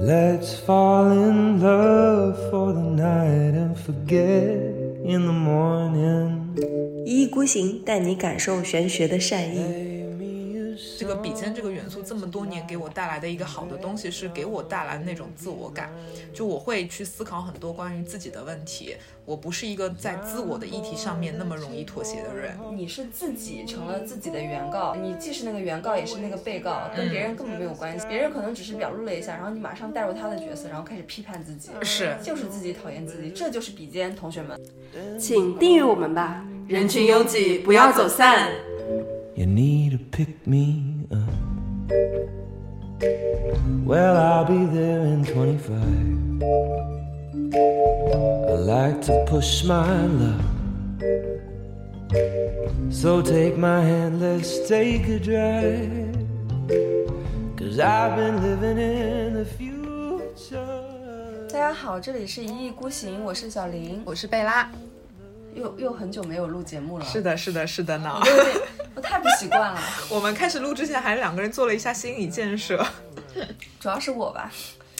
Let's fall in love for the night and forget in the morning. 一意孤行带你感受玄学的善意。这个笔尖这个元哦素这么多年给我带来的一个好的东西，是给我带来那种自我感。就我会去思考很多关于自己的问题，我不是一个在自我的议题上面那么容易妥协的人。你是自己成了自己的原告，你既是那个原告，也是那个被告，跟别人根本没有关系。别人可能只是表露了一下，然后你马上带入他的角色，然后开始批判自己，是就是自己讨厌自己，这就是笔尖，同学们。请订阅我们吧，人群拥挤，不要走散。 You need to pick me up. Well, I'll be there in 25. I like to push my luck. So take my hand, let's take a drive. Cause I've been living in the future. 大家好，这里是一意孤行，我是小林，我是贝拉，又又很久没有录节目了，是的，是的，是的 呢。我有点，我太不习惯了，我们开始录之前还两个人做了一下心理建设主要是我吧。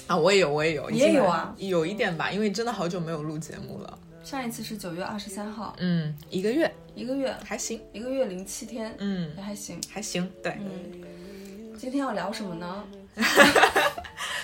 啊，我也有，我也有，你进也有来啊有一点吧，因为真的好久没有录节目了，上一次是九月二十三号，嗯，一个月一个月，还行，一个月零七天，嗯也还行。还行，对。今天要聊什么呢？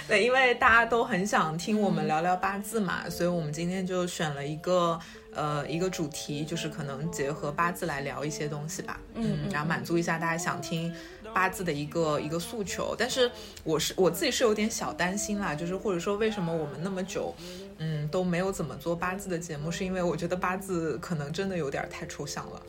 对，因为大家都很想听我们嗯聊聊八字嘛，所以我们今天就选了一个呃一个主题，就是可能结合八字来聊一些东西吧，嗯嗯然后满足一下大家想听八字的一个一个诉求。但是我是我自己是有点小担心啦，就是或者说为什么我们那么久嗯都没有怎么做八字的节目，是因为我觉得八字可能真的有点太抽象了，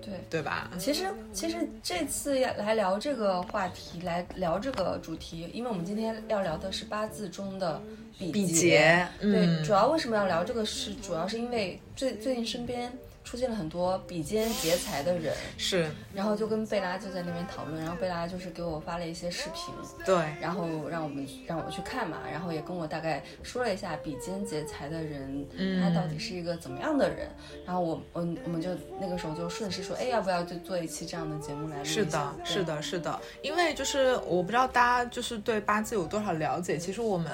对。对吧？其实，其实这次要来聊这个话题，来聊这个主题，因为我们今天要聊的是八字中的比比劫劫。对，嗯主要为什么要聊这个是，主要是因为最最近身边出现了很多比肩劫财的人，是然后就跟贝拉就在那边讨论，然后贝拉就是给我发了一些视频，对。然后让我们让我去看嘛，然后也跟我大概说了一下比肩劫财的人，他到底嗯是一个怎么样的人。然后我我我们就那个时候就顺势说，哎，要不要就做一期这样的节目来录一下？是的，对是。的，是的，因为就是我不知道大家就是对八字有多少了解。其实我们，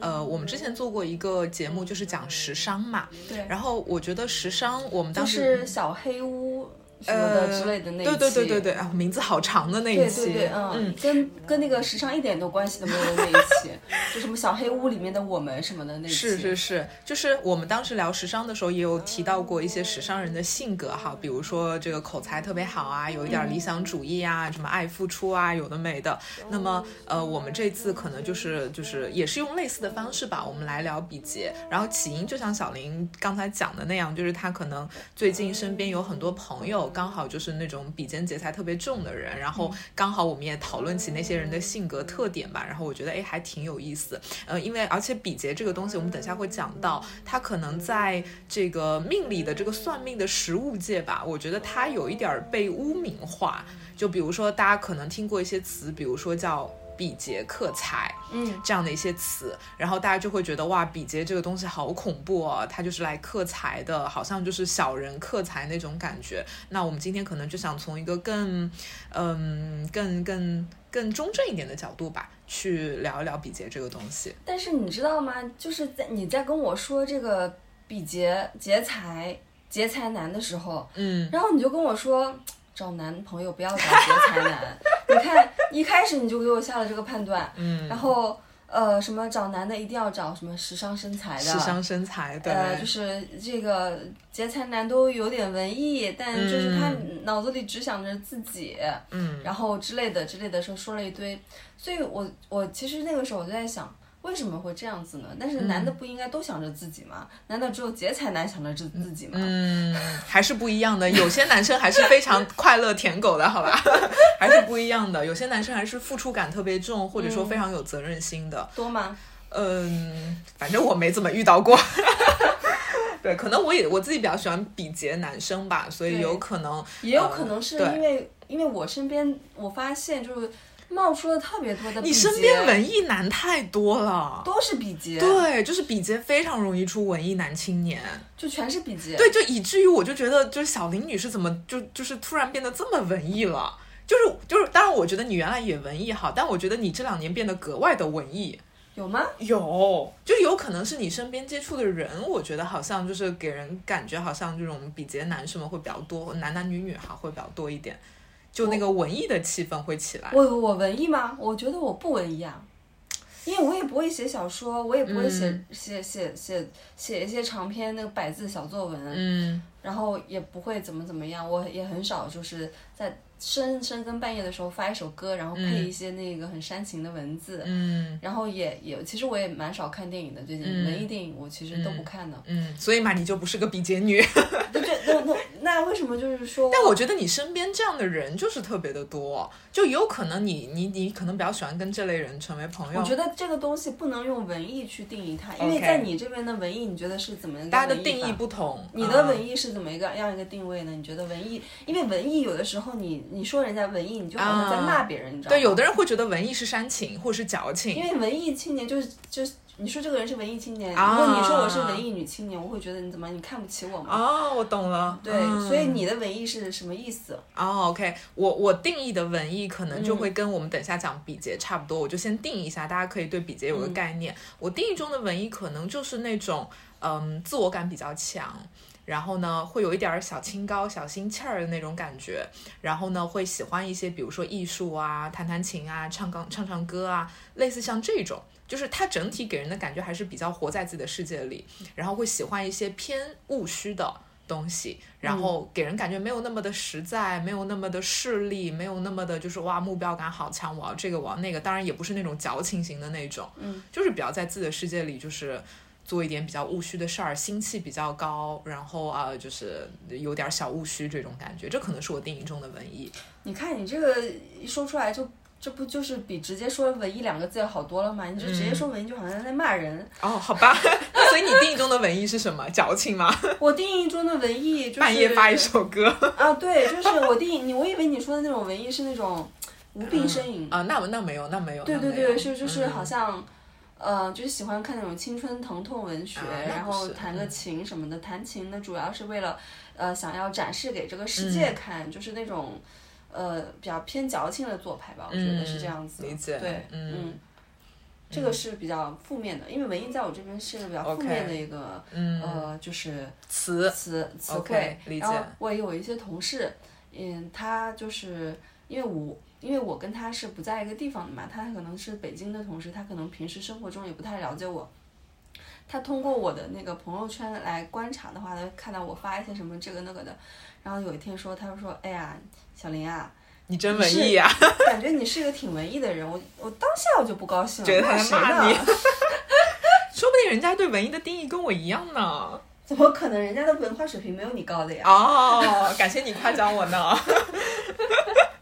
呃，我们之前做过一个节目，就是讲食伤嘛。对然后我觉得食伤，我们就当时是小黑屋什么呃的之类的那一期。对对对对对，啊，名字好长的那一对期。对对，嗯，跟跟那个时尚一点都关系都没有的那一期， 就什么小黑屋里面的我们什么的那一期，是是是，就是我们当时聊时尚的时候，也有提到过一些时尚人的性格哈，比如说这个口才特别好啊，有一点理嗯想主义啊，什么爱付出啊，有的没的。那么呃，我们这次可能就是就是也是用类似的方式吧，我们来聊比劫。然后起因就像小林刚才讲的那样，就是他可能最近身边有很多朋友，刚好就是那种比肩劫财特别重的人，然嗯后刚好我们也讨论起那些人的性格特点吧，然后我觉得哎还挺有意思。呃，因为而且比劫这个东西，我们等一下会讲到，它可能在这个命理的这个算命的实物界吧，我觉得它有一点儿被污名化。就比如说，大家可能听过一些词，比如说叫。比劫克财，嗯，这样的一些词，然后大家就会觉得哇，比劫这个东西好恐怖哦，它就是来克财的，好像就是小人克财那种感觉。那我们今天可能就想从一个更，嗯，更更更中正一点的角度吧，去聊一聊比劫这个东西。但是你知道吗？就是在你在跟我说这个比劫劫财劫财难的时候，嗯，然后你就跟我说找男朋友不要找劫财男。你看一开始你就给我下了这个判断，嗯，然后呃什么找男的一定要找什么时尚身材的，时尚身材，对，呃，就是这个劫财男都有点文艺，但嗯就是他脑子里只想着自己，嗯，然后之类的之类的说说了一堆，所以我我其实那个时候我就在想。为什么会这样子呢？但嗯是男的不应该都想着自己吗？难道只有劫财男想着自自己吗？嗯，还是不一样的。有些男生还是非 常快乐舔狗的，好吧， 还是不一样的。有些男生还是付出感特别重，或者说嗯非常有责任心的。多吗？嗯，反正我没怎么遇到过。 对，可能我也我自己比较喜欢比劫男生吧，所以对有可能也有可能是呃对因为、因为我身边我发现就是冒出了特别多的你比身劫边文艺男太多了。都是比劫，，对，就是比劫非常容易出文艺男青年，就全是比劫，对，就以至于我就觉得，就是小林女士怎么就就是突然变得这么文艺了？就是就是，当然我觉得你原来也文艺哈，但我觉得你这两年变得格外的文艺，有吗？有，就有可能是你身边接触的人，我觉得好像就是给人感觉好像这种比劫男什么会比较多，男男女女哈会比较多一点，就那个文艺的气氛会起来。我我文艺吗？我觉得我不文艺啊，因为我也不会写小说，我也不会写、嗯写写写写一些长篇那个百字小作文，嗯然后也不会怎么怎么样，我也很少就是在深深更半夜的时候发一首歌，然后配嗯一些那个很煽情的文字，嗯然后也也其实我也蛮少看电影的，最近、嗯文艺电影我其实都不看的。嗯，所以嘛，你就不是个比劫女。对对那那那为什么就是说？但我觉得你身边这样的人就是特别的多，就有可能你你你可能比较喜欢跟这类人成为朋友。我觉得这个东西不能用文艺去定义它，因为 OK 在你这边的文艺，你觉得是怎么样一个大家的文定法义不同，嗯你的文艺、艺是怎么一个样一个定位呢？你觉得文艺，因为文艺有的时候你你说人家文艺，你就好像在骂别人，你知道吗？啊对，有的人会觉得文艺是煽情或是矫因情，为文艺青年就是就是你说这个人是文艺青年，啊如果你说我是文艺女青年，我会觉得你怎么你看不起我吗？哦，我懂了，对，嗯所以你的文艺是什么意思？哦，OK，我我定义的文艺可能就会跟我们等一下讲比劫差不多，我就先定义一下，大家可以对比劫有个概念。我定义中的文艺可能就是那种，嗯，自我感比较强。然后呢，会有一点儿小清高、小心气儿的那种感觉。然后呢，会喜欢一些，比如说艺术啊、弹弹琴啊、唱钢唱唱歌啊，类似像这种，就是他整体给人的感觉还是比较活在自己的世界里。然后会喜欢一些偏务虚的东西，然后嗯给人感觉没有那么的实在，没有那么的势利，没有那么的就是哇目标感好强，我要这个我要那个。当然也不是那种矫情型的那种，嗯，就是比较在自己的世界里就是。做一点比较务虚的事儿，心气比较高，然后啊、就是有点小务虚这种感觉，这可能是我定义中的文艺。你看你这个一说出来就。这不就是比直接说文艺两个字要好多了吗？你就直嗯接说文艺，就好像在骂人。哦，好吧， 那所以你定义中的文艺是什么？矫情吗？我定义中的文艺就是半夜发一首歌啊，对，就是我定义你，我以为你说的那种文艺是那种无病呻吟。啊？那那没有，那没有。对那对没有对，是就是嗯好像，呃，就是喜欢看那种青春疼痛文学，啊那不然后是弹个嗯琴什么的。弹琴呢，主要是为了，呃，想要展示给这个世界嗯看，就是那种，呃，比较偏矫情的做派吧，我觉得是这样子的。嗯理解对，嗯嗯。这个是比较负面的，因为文艺在我这边是个比较负 OK 面的一个嗯呃，就是词词词 OK，汇。理然后解我有一些同事，嗯，他就是因为我。因为我跟他是不在一个地方的嘛，他可能是北京的同事，他可能平时生活中也不太了解我。他通过我的那个朋友圈来观察的话，他看到我发一些什么这个那个的，然后有一天说，他就说：“哎呀，小林啊，你真文艺啊！感觉你是一个挺文艺的人。我”我当下我就不高兴了，觉得他骂在谁骂呢你？说不定人家对文艺的定义跟我一样呢。 怎么可能？人家的文化水平没有你高的呀。哦， 感谢你夸奖我呢，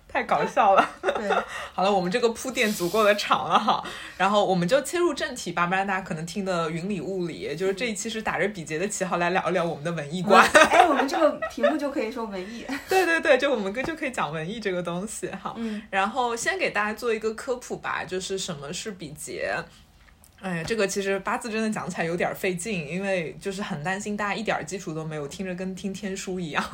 太搞笑了。对， 好了，我们这个铺垫足够的长了哈，然后我们就切入正题吧，不然大家可能听得云里雾里。就是这一期是打着比劫的旗号来聊一聊我们的文艺观。哎，我们这个题目就可以说文艺。 对对对，就我们就可以讲文艺这个东西哈。嗯，然后先给大家做一个科普吧，就是什么是比劫。哎呀，这个其实八字真的讲起来有点费劲，因为就是很担心大家一点儿基础都没有，听着跟听天书一样，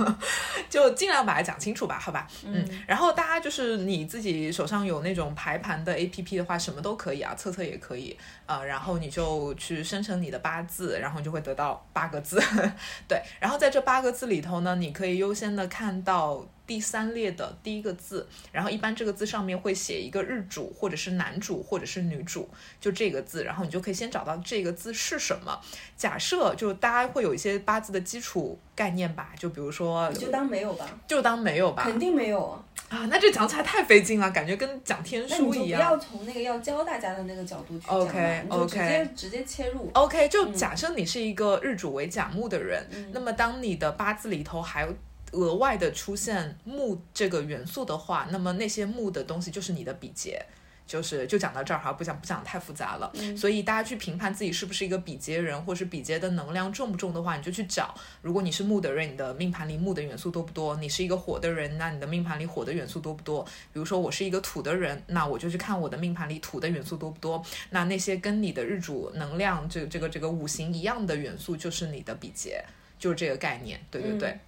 就尽量把它讲清楚吧，好吧？嗯，然后大家就是你自己手上有那种排盘的 APP 的话，什么都可以啊，测测也可以啊、呃然后你就去生成你的八字，然后你就会得到八个字， 对，然后在这八个字里头呢，你可以优先的看到第三列的第一个字，然后一般这个字上面会写一个日主或者是男主或者是女主，就这个字，然后你就可以先找到这个字是什么。假设就大家会有一些八字的基础概念吧，就比如说你就当没有吧，就当没有吧肯定没有。啊，那这讲起来太费劲了，感觉跟讲天那你书就一不样要。从那个要教大家的那个角度去讲嘛 OK，你就直接 OK 直接切入。 OK，就假设你是一个日主为甲木的人，嗯那么当你的八字里头还有额外的出现木这个元素的话，那么那些木的东西就是你的比劫。就是就讲到这儿哈，不讲不讲太复杂了。嗯所以大家去评判自己是不是一个比劫人，或是比劫的能量重不重的话，你就去找。如果你是木的人，你的命盘里木的元素多不多？你是一个火的人，那你的命盘里火的元素多不多？比如说我是一个土的人，那我就去看我的命盘里土的元素多不多。那那些跟你的日主能量这这个这个五行一样的元素，就是你的比劫，就是这个概念。对对对、嗯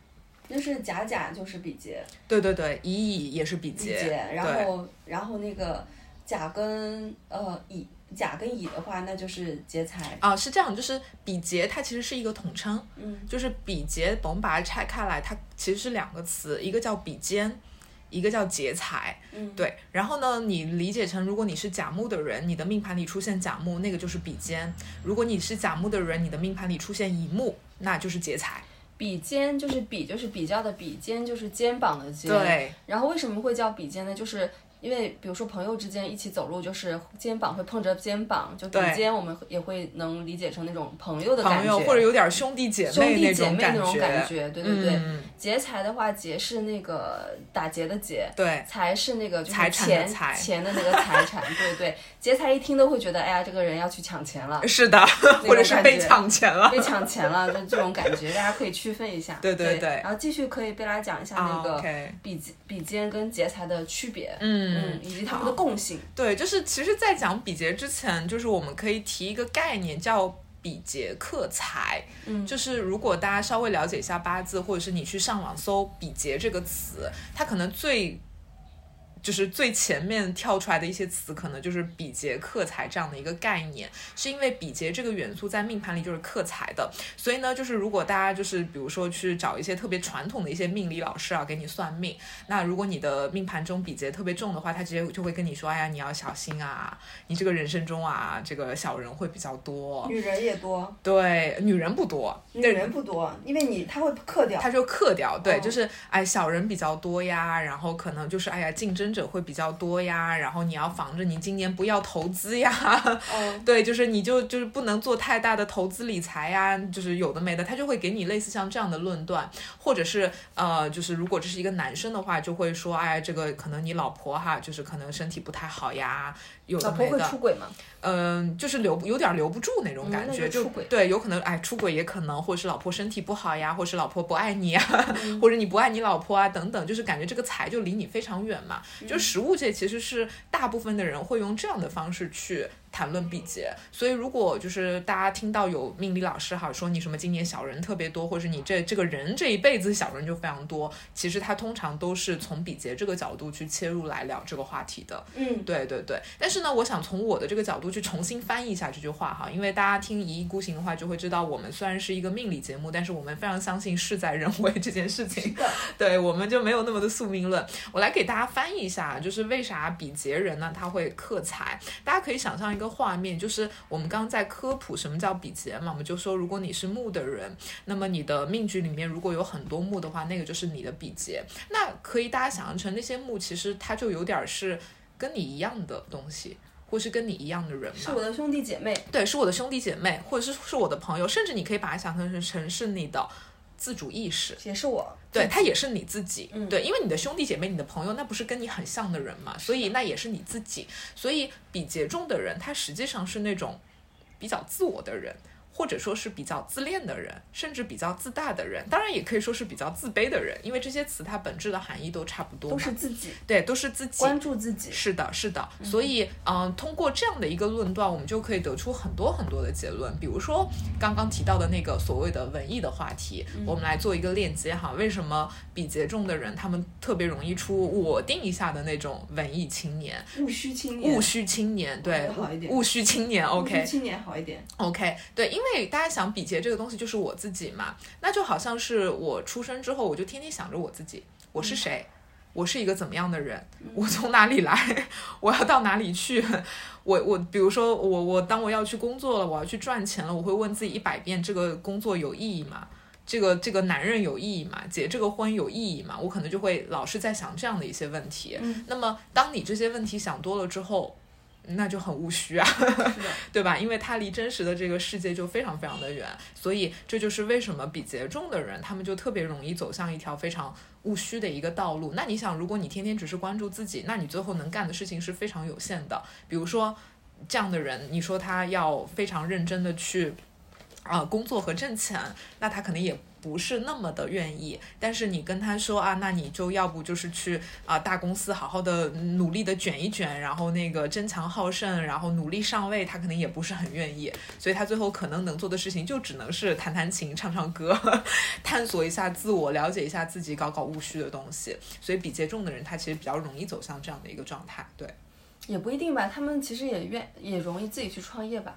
那是甲甲就是比劫，对对对，乙乙也是比比劫，劫，然对后然后那个甲跟呃乙甲跟乙的话，那就是劫财。啊，是这样，就是比劫它其实是一个统称，嗯，就是比劫，我们把它拆开来，它其实是两个词，一个叫比肩，一个叫劫财。嗯对，然后呢，你理解成如果你是甲木的人，你的命盘里出现甲木，那个就是比肩；如果你是甲木的人，你的命盘里出现乙木，那就是劫财。比肩就是比就是比较的比，肩就是肩膀的肩。。对，然后为什么会叫比肩呢？就是因为比如说朋友之间一起走路，就是肩膀会碰着肩膀，就比对肩我们也会能理解成那种朋友的感朋觉，友或者有点兄弟姐兄妹弟那姐种妹感那种感觉。觉。对对对，嗯，劫财的话，劫是那个打劫的劫。对，财是那个就是财产的钱财钱的那个财产，对对， 劫财一听都会觉得，哎呀，这个人要去抢钱 了，是的，或者是被抢钱了被。抢钱了，就这种感觉，大家可以区分一下。 对对对对然后继续可以贝拉讲一下啊那个 OK 比肩比肩跟劫财的区别，嗯嗯，以及它们的共性。对，就是其实，在讲比劫之前，就是我们可以提一个概念叫。比劫克财，嗯就是如果大家稍微了解一下八字，或者是你去上网搜“比劫”这个词，它可能最就是最前面跳出来的一些词，可能就是比劫克财这样的一个概念，是因为比劫这个元素在命盘里就是克财的，所以呢，就是如果大家就是比如说去找一些特别传统的一些命理老师啊，给你算命，那如果你的命盘中比劫特别重的话，他直接就会跟你说，哎呀，你要小心啊，你这个人生中啊，这个小人会比较多。女人也多，对，女人不多，女人不多，因为你他会克掉他就克掉，对，哦就是哎，小人比较多呀，然后可能就是哎呀，竞争者会比较多呀，然后你要防着你今年不要投资呀，嗯，对，就是你就就是不能做太大的投资理财呀，就是有的没的，他就会给你类似像这样的论断，或者是呃，就是如果这是一个男生的话，就会说，哎，这个可能你老婆哈，就是可能身体不太好呀，有的老婆没会的出，轨吗？嗯、就是留有点留不住那种感嗯那觉，就就出轨对，有可能哎出轨也可能，或者是老婆身体不好呀，或者是老婆不爱你呀，啊嗯 或者你不爱你老婆啊等等，就是感觉这个财就离你非常远嘛。嗯就是食物界其实是大部分的人会用这样的方式去。谈论比劫，所以如果就是大家听到有命理老师哈说你什么今年小人特别多，或者是你这这个人这一辈子小人就非常多，其实他通常都是从比劫这个角度去切入来聊这个话题的。嗯，对对对，但是呢，我想从我的这个角度去重新翻译一下这句话哈，因为大家听一意孤行的话，就会知道我们虽然是一个命理节目，但是我们非常相信事在人为这件事情。 对，我们就没有那么的宿命论。我来给大家翻译一下，啊就是为啥比劫人呢？他会克财。大家可以想象一个画面，就是我们刚刚在科普什么叫比劫嘛，我们就说如果你是木的人，那么你的命局里面如果有很多木的话，那个就是你的比劫。那可以大家想象成那些木，其实它就有点儿是跟你一样的东西，或是跟你一样的人是嘛我。的兄弟姐妹，对，是我的兄弟姐妹，或者是是我的朋友，甚至你可以把它想象成成是你的自主意识。也是我。对，他也是你自己，嗯对，因为你的兄弟姐妹、你的朋友，那不是跟你很像的人嘛，所以那也是你自己。所以比劫重的人，他实际上是那种比较自我的人，或者说是比较自恋的人，甚至比较自大的人，当然也可以说是比较自卑的人，因为这些词它本质的含义都差不多都嘛，是自己，对，都是自己。关注自己。是的，是的，所以，嗯、通过这样的一个论断，我们就可以得出很多很多的结论。比如说刚刚提到的那个所谓的文艺的话题，嗯我们来做一个链接哈。为什么比劫重的人，他们特别容易出我定一下的那种文艺青年、务虚青务虚青年？对嗯好一，点务虚青年，OK，青年好一点。 OK，对，因为大家想比劫这个东西就是我自己嘛，那就好像是我出生之后，我就天天想着我自己，我是谁，我是一个怎么样的人，我从哪里来， 我要到哪里去， 我我比如说我我当我要去工作了，我要去赚钱了，我会问自己一百遍，这个工作有意义吗？这个这个男人有意义吗？结这个婚有意义吗？我可能就会老是在想这样的一些问题。嗯那么，当你这些问题想多了之后，那就很务虚啊。是的，对吧？因为它离真实的这个世界就非常非常的远，所以这就是为什么比劫重的人，他们就特别容易走向一条非常务虚的一个道路。那你想，如果你天天只是关注自己，那你最后能干的事情是非常有限的。比如说，这样的人，你说他要非常认真的去啊、工作和挣钱，那他可能也不是那么的愿意。但是你跟他说啊，那你就要不就是去啊、大公司好好的努力的卷一卷，然后那个争强好胜，然后努力上位，他可能也不是很愿意。所以他最后可能能做的事情就只能是弹弹琴、唱唱歌， 探索一下自我，了解一下自己，搞搞务虚的东西。所以比劫重的人，他其实比较容易走向这样的一个状态。对，也不一定吧，他们其实也愿也容易自己去创业吧。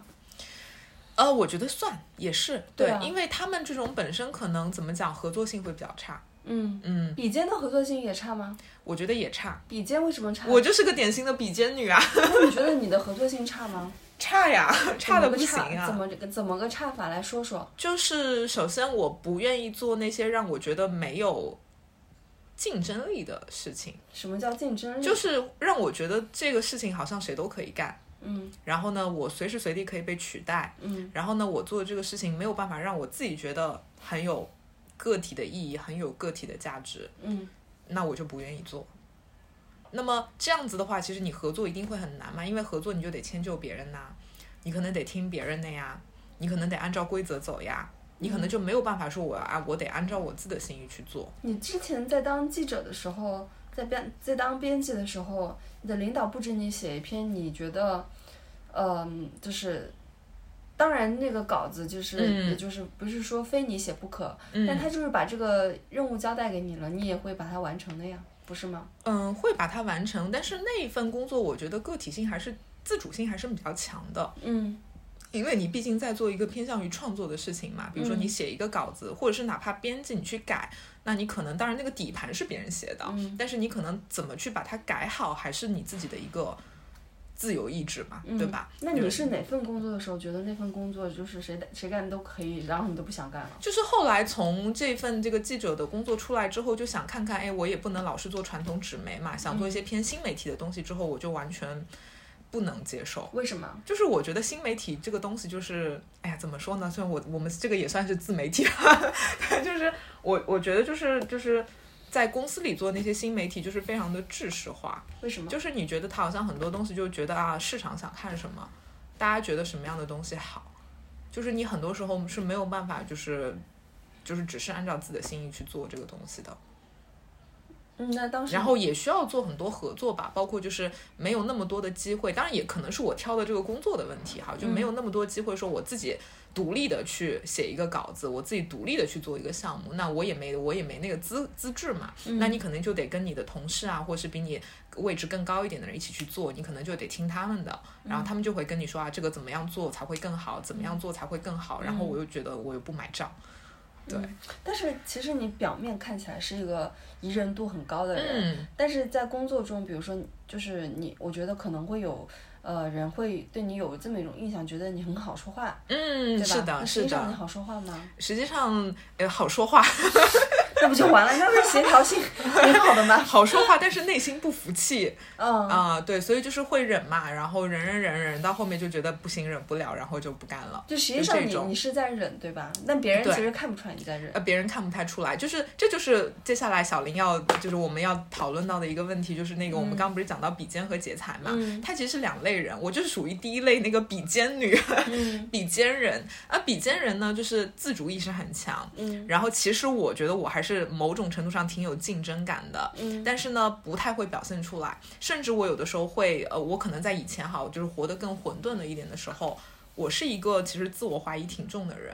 呃，我觉得算也是对，对啊因为他们这种本身可能怎么讲合作性会比较差，嗯，嗯，比肩的合作性也差吗？我觉得也差。比肩为什么差？我就是个典型的比肩女啊， 那你觉得你的合作性差吗？差呀， 差的怎么不个行啊。怎么这个怎么个差法来说说？就是首先我不愿意做那些让我觉得没有竞争力的事情，什么叫竞争力？就是让我觉得这个事情好像谁都可以干。嗯然后呢，我随时随地可以被取代。嗯然后呢，我做这个事情没有办法让我自己觉得很有个体的意义，很有个体的价值，嗯那我就不愿意做。那么这样子的话，其实你合作一定会很难嘛，因为合作你就得迁就别人呐、你可能得听别人的呀，你可能得按照规则走呀，你可能就没有办法说我要按我得按照我自己的心意去做。你之前在当记者的时候，在编在当编辑的时候，你的领导布置你写一篇你觉得，嗯、就是，当然那个稿子就是、嗯也就是不是说非你写不可，但嗯他就是把这个任务交代给你了，你也会把它完成的呀，不是吗？嗯，会把它完成，但是那一份工作我觉得个体性还是自主性还是比较强的。嗯因为你毕竟在做一个偏向于创作的事情嘛，比如说嗯你写一个稿子，或者是哪怕编辑你去改，那你可能当然那个底盘是别人写的，嗯但是你可能怎么去把它改好，还是你自己的一个自由意志嘛，嗯，对吧？那你对是哪份工作的时候觉得那份工作就是谁谁干都可以，然后你都不想干了？就是后来从这份这个记者的工作出来之后，就想看看，哎，我也不能老是做传统纸媒嘛，想做嗯一些偏新媒体的东西，之后我就完全不能接受。为什么？就是我觉得新媒体这个东西，就是哎呀，怎么说呢？虽然我我们这个也算是自媒体吧， 对就是我我觉得就是就是在公司里做那些新媒体，就是非常的制式化，为什么？就是你觉得它好像很多东西就觉得啊，市场想看什么，大家觉得什么样的东西好，就是你很多时候是没有办法就是就是只是按照自己的心意去做这个东西的。嗯，那当时然后也需要做很多合作吧，包括就是没有那么多的机会，当然也可能是我挑的这个工作的问题哈，就没嗯有那么多机会说我自己独立的去写一个稿子，我自己独立的去做一个项目，那我也没我也没那个资资质嘛，嗯那你可能就得跟你的同事啊，或是比你位置更高一点的人一起去做，你可能就得听他们的，然嗯后他们就会跟你说啊，这个怎么样做才会更好，怎么样做才会更好，然后嗯我又觉得我又不买账，对，但是其实你表面看起来是一个宜人度很高的人，嗯但是在工作中，比如说你就是你，我觉得可能会有呃人会对你有这么一种印象，觉得你很好说话，对嗯，吧？是的，那是实际上你的，好说话吗？实际上呃好说话。那不就完了？那不是协调性挺好的吗？ 好说话，但是内心不服气嗯，啊、对，所以就是会忍嘛，然后忍忍忍忍到后面就觉得不行，忍不了，然后就不干了。就实际上就这你种你是在忍，对吧？但别人对其实看不出来你在忍。呃，别人看不太出来，就是这就是接下来小林要就是我们要讨论到的一个问题，就是那个我们刚刚不是讲到比肩和劫财嘛，嗯它其实是两类人，我就是属于第一类那个比肩女，嗯 比肩人，而比肩人呢就是自主意识很强，嗯然后其实我觉得我还是某种程度上挺有竞争感的，嗯但是呢不太会表现出来，甚至我有的时候会，呃，我可能在以前哈，就是活得更混沌了一点的时候，我是一个其实自我怀疑挺重的人，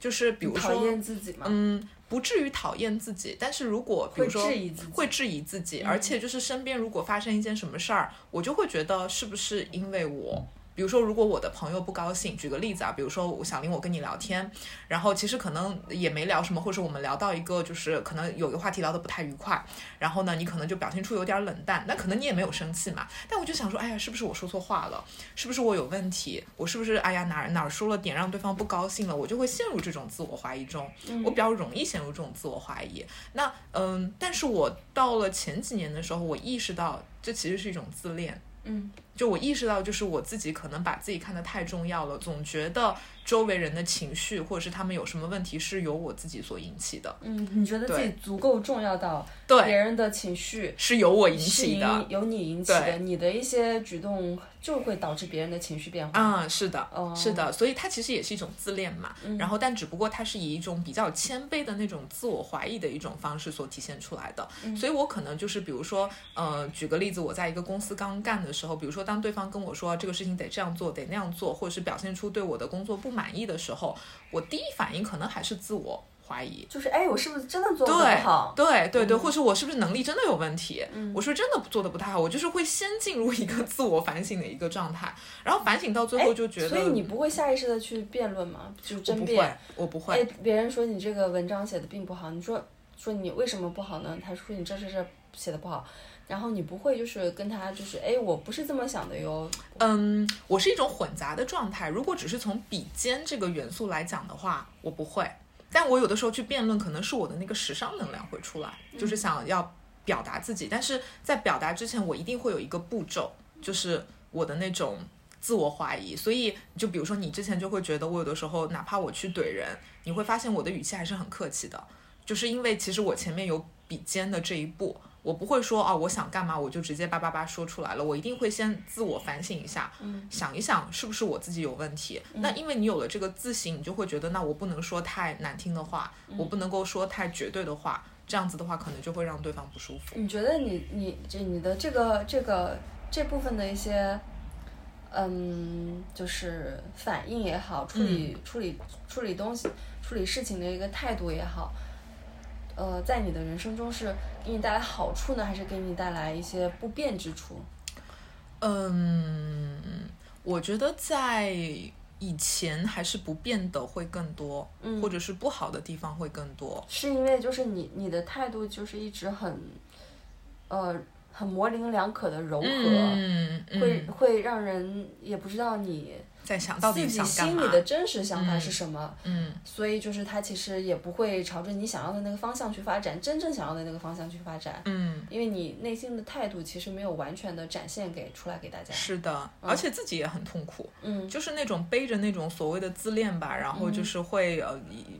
就是比如讨说，厌自己吗？嗯，不至于讨厌自己，但是如果比会如说质疑自己嗯会质疑自己，而且就是身边如果发生一件什么事儿，我就会觉得是不是因为我。比如说，如果我的朋友不高兴，举个例子啊，比如说我小林，我跟你聊天，然后其实可能也没聊什么，或者是我们聊到一个就是可能有个话题聊得不太愉快，然后呢，你可能就表现出有点冷淡，那可能你也没有生气嘛，但我就想说，哎呀，是不是我说错话了？是不是我有问题？我是不是哎呀哪儿哪儿说了点让对方不高兴了？我就会陷入这种自我怀疑中，嗯我比较容易陷入这种自我怀疑。那嗯，但是我到了前几年的时候，我意识到这其实是一种自恋。嗯，就我意识到，就是我自己可能把自己看得太重要了，总觉得周围人的情绪或者是他们有什么问题是由我自己所引起的，嗯，你觉得自对己足够重要到别对，人的情绪是由我引是起引的。由你引起的，对你的一些举动就会导致别人的情绪变化。啊、是的，哦是的，所以它其实也是一种自恋嘛。然后，但只不过它是以一种比较谦卑的那种自我怀疑的一种方式所体现出来的。所以我可能就是，比如说，呃，举个例子，我在一个公司刚干的时候，比如说当对方跟我说这个事情得这样做，得那样做，或者是表现出对我的工作不满意的时候，我第一反应可能还是自我怀疑。就是哎，我是不是真的做的嗯对不好？对对对，或是我是不是能力真的有问题？我是不是真的做的不太好，我就是会先进入一个自我反省的一个状态，然后反省到最后就觉得，哎所以你不会下意识的去辩论吗？就我争不辩会，，我不会哎，，别人说你这个文章写的并不好，你说说你为什么不好呢？他说你这这这写的不好，然后你不会就是跟他就是哎，我不是这么想的哟。嗯，我是一种混杂的状态。如果只是从笔尖这个元素来讲的话，我不会。但我有的时候去辩论，可能是我的那个时尚能量会出来，嗯就是想要表达自己。但是在表达之前，我一定会有一个步骤，就是我的那种自我怀疑。所以，就比如说你之前就会觉得，我有的时候哪怕我去怼人，你会发现我的语气还是很客气的，就是因为其实我前面有笔尖的这一步，我不会说啊、我想干嘛我就直接叭叭叭说出来了，我一定会先自我反省一下，想一想是不是我自己有问题。那因为你有了这个自省，你就会觉得那我不能说太难听的话，我不能够说太绝对的话，这样子的话可能就会让对方不舒服。你觉得你你这你的这个这个这部分的一些，嗯，就是反应也好，处理、处理处理东西、处理事情的一个态度也好，呃，在你的人生中是给你带来好处呢，还是给你带来一些不便之处？嗯，我觉得在以前还是不变的会更多，嗯或者是不好的地方会更多。是因为就是你你的态度就是一直很，呃，很模棱两可的柔和，嗯嗯，会会让人也不知道你在想到自底己想干心嘛里？的真实想法是什么。嗯所以就是他其实也不会朝着你想要的那个方向去发展，真正想要的那个方向去发展，嗯。因为你内心的态度其实没有完全的展现给出来给大家。是的，而且自己也很痛苦，嗯就是那种背着那种所谓的自恋吧，然后就是会、呃，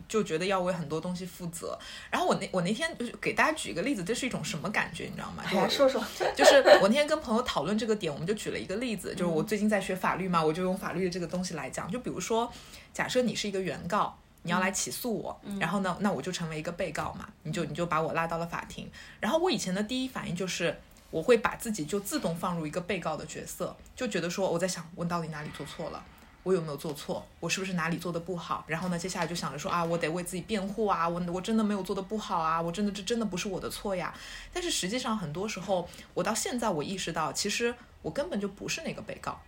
就觉得要为很多东西负责。然后我那我那天就是给大家举一个例子，这是一种什么感觉，你知道吗？就哎我呀，说说，就是我那天跟朋友讨论这个点，我们就举了一个例子，就是我最近在学法律嘛，我就用法律的这个东西来讲，就比如说，假设你是一个原告。你要来起诉我，然后呢，那我就成为一个被告嘛，你就你就把我拉到了法庭。然后我以前的第一反应就是，我会把自己就自动放入一个被告的角色，就觉得说我在想，我到底哪里做错了？我有没有做错？我是不是哪里做的不好？然后呢，接下来就想着说啊，我得为自己辩护啊，我我真的没有做的不好啊，我真的这真的不是我的错呀。但是实际上，很多时候我到现在我意识到，其实我根本就不是那个被告，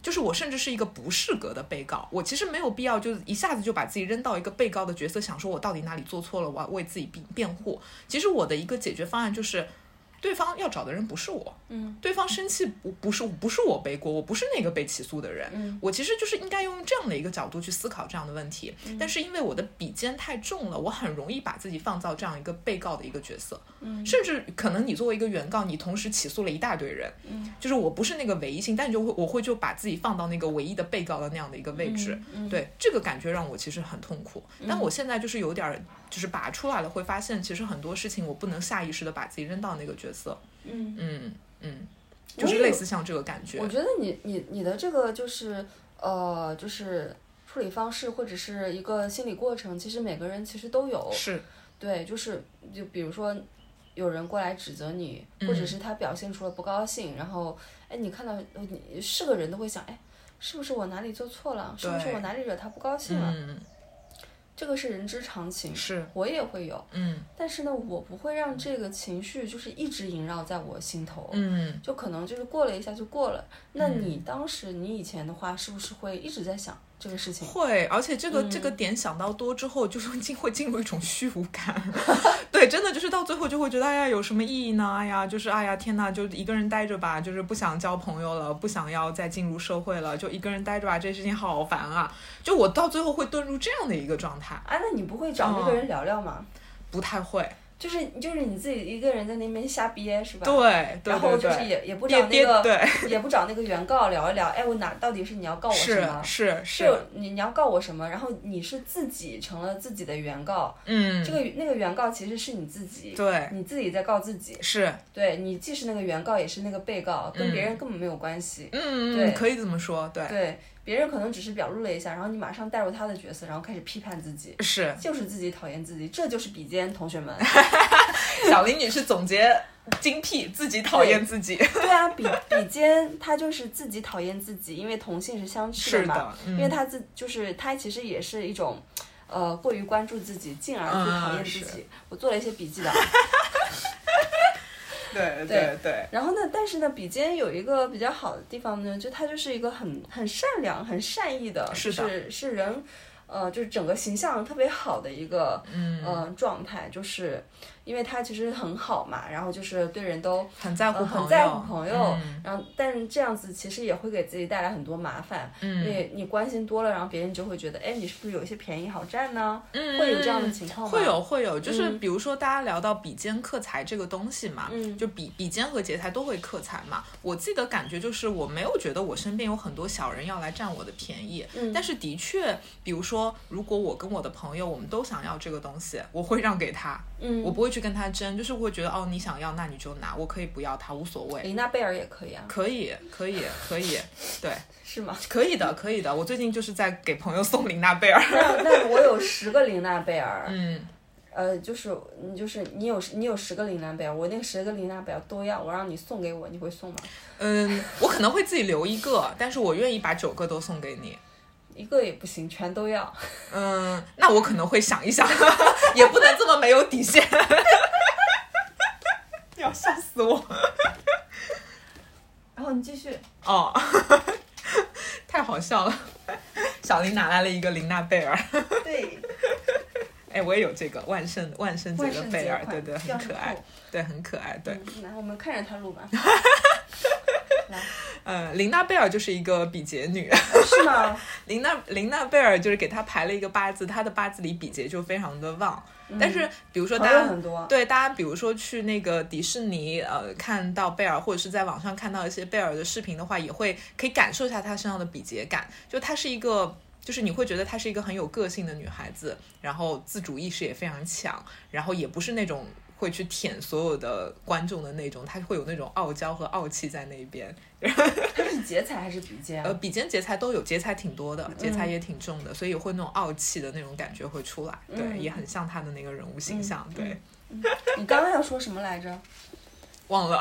就是我甚至是一个不适格的被告。我其实没有必要就是一下子就把自己扔到一个被告的角色，想说我到底哪里做错了，我要为自己辩辩护。其实我的一个解决方案就是。对方要找的人不是我，嗯，对方生气不不是不是我背锅，我不是那个被起诉的人，嗯，我其实就是应该用这样的一个角度去思考这样的问题，但是因为我的笔尖太重了，我很容易把自己放到这样一个被告的一个角色，甚至可能你作为一个原告，你同时起诉了一大堆人，嗯就是我不是那个唯一性，但你就会我会就把自己放到那个唯一的被告的那样的一个位置，嗯嗯嗯对这个感觉让我其实很痛苦。但我现在就是有点儿就是拔出来了，会发现其实很多事情我不能下意识的把自己扔到那个角色，嗯，嗯嗯，我就是有类似像这个感觉我，觉得你你你的这个就是呃就是处理方式或者是一个心理过程，其实每个人其实都有。是对，就是就比如说，有人过来指责你，或者嗯是他表现出了不高兴，然后，哎，你看到呃你是个人都会想，哎，是不是我哪里做错了？是不是对我哪里惹他不高兴了？嗯这个是人之常情，是我也会有，嗯但是呢，我不会让这个情绪就是一直萦绕在我心头。嗯就可能就是过了一下就过了。那你当时你以前的话，是不是会一直在想这个事情？会，而且这个、这个点想到多之后，就是进会进入一种虚无感。 对，真的就是到最后就会觉得，哎呀，有什么意义呢？哎呀，就是哎呀，天呐，就一个人待着吧，就是不想交朋友了，不想要再进入社会了，就一个人待着吧，这事情好烦啊！就我到最后会遁入这样的一个状态，啊，那你不会找那哦个人聊聊吗？不太会。就是就是你自己一个人在那边瞎憋是吧？对，对然后对就是对，也也不找也那个对，也不找那个原告聊一聊，哎，我哪到底是你要告我什是么？是，就是你你要告我什么？然后你是自己成了自己的原告，嗯，这个那个原告其实是你自己，对你自己在告自己，是，对你既是那个原告，也是那个被告，跟嗯别人根本没有关系。对嗯，可以这么说，对，对，别人可能只是表露了一下，然后你马上带入他的角色，然后开始批判自己，是。就是自己讨厌自己，这就是比肩，同学们。小林女士总结精辟，自己讨厌自己。对啊，比比肩他就是自己讨厌自己，因为同性是相斥是嘛，的嗯因为他自就是他其实也是一种。呃过于关注自己，进而去啊讨厌自己。我做了一些笔记的。对对对，然后呢，但是呢，比肩有一个比较好的地方呢，就他就是一个很很善良、很善意的，是的是是人，呃，就是整个形象特别好的一个嗯、呃、状态，就是因为他其实很好嘛，然后就是对人都。很在乎呃朋友，很在乎朋友，嗯然后但这样子其实也会给自己带来很多麻烦。嗯因为你关心多了，然后别人就会觉得，哎，你是不是有一些便宜好占呢？嗯会有这样的情况吗？会有会有，就是嗯比如说大家聊到比肩克财这个东西嘛，嗯就比比肩和劫财都会克财嘛。我自己的感觉就是，我没有觉得我身边有很多小人要来占我的便宜，嗯但是的确，比如说如果我跟我的朋友，我们都想要这个东西，我会让给他，嗯，我不会去跟他争，就是会觉得哦，你想要那你就拿，我可以不要它，无所谓，琳娜贝尔也可以啊，可以可以可以，对，是吗？ 可以的可以的。我最近就是在给朋友送林娜贝尔， 那那我有十个琳娜贝尔，嗯。呃，就是你就是你有你有十个琳娜贝尔，我那十个琳娜贝尔都要，我让你送给我，你会送吗？嗯，我可能会自己留一个，但是我愿意把九个都送给你。一个也不行，全都要。 嗯，那我可能会想一想， 也不能这么没有底线。你 要笑死我！然后你继 续，哦， 太好笑了。小林哪来了一个琳娜贝尔？对，哎，我也有这个万圣万圣节万的圣贝节尔，款对对，很钥匙可爱扣，对，很可爱，对。 嗯来，我们看着他录吧。来，呃，琳娜贝尔就是一个比劫女，是吗？ 琳娜琳娜贝尔就是给她排了一个八字，她的八字里比劫就非常的旺。但是比如说大嗯朋友家很多对大家比如说去那个迪士尼呃看到贝尔，或者是在网上看到一些贝尔的视频的话，也会可以感受一下她身上的比劫感，就她是一个。就是你会觉得她是一个很有个性的女孩子，然后自主意识也非常强，然后也不是那种会去舔所有的观众的那种，她会有那种傲娇和傲气在那边。他是劫财还是比劫啊呃，？比肩劫财都有，劫财挺多的，劫财也挺重的，所以会那种傲气的那种感觉会出来，对，嗯也很像他的那个人物形象，对，你刚刚要说什么来着？忘了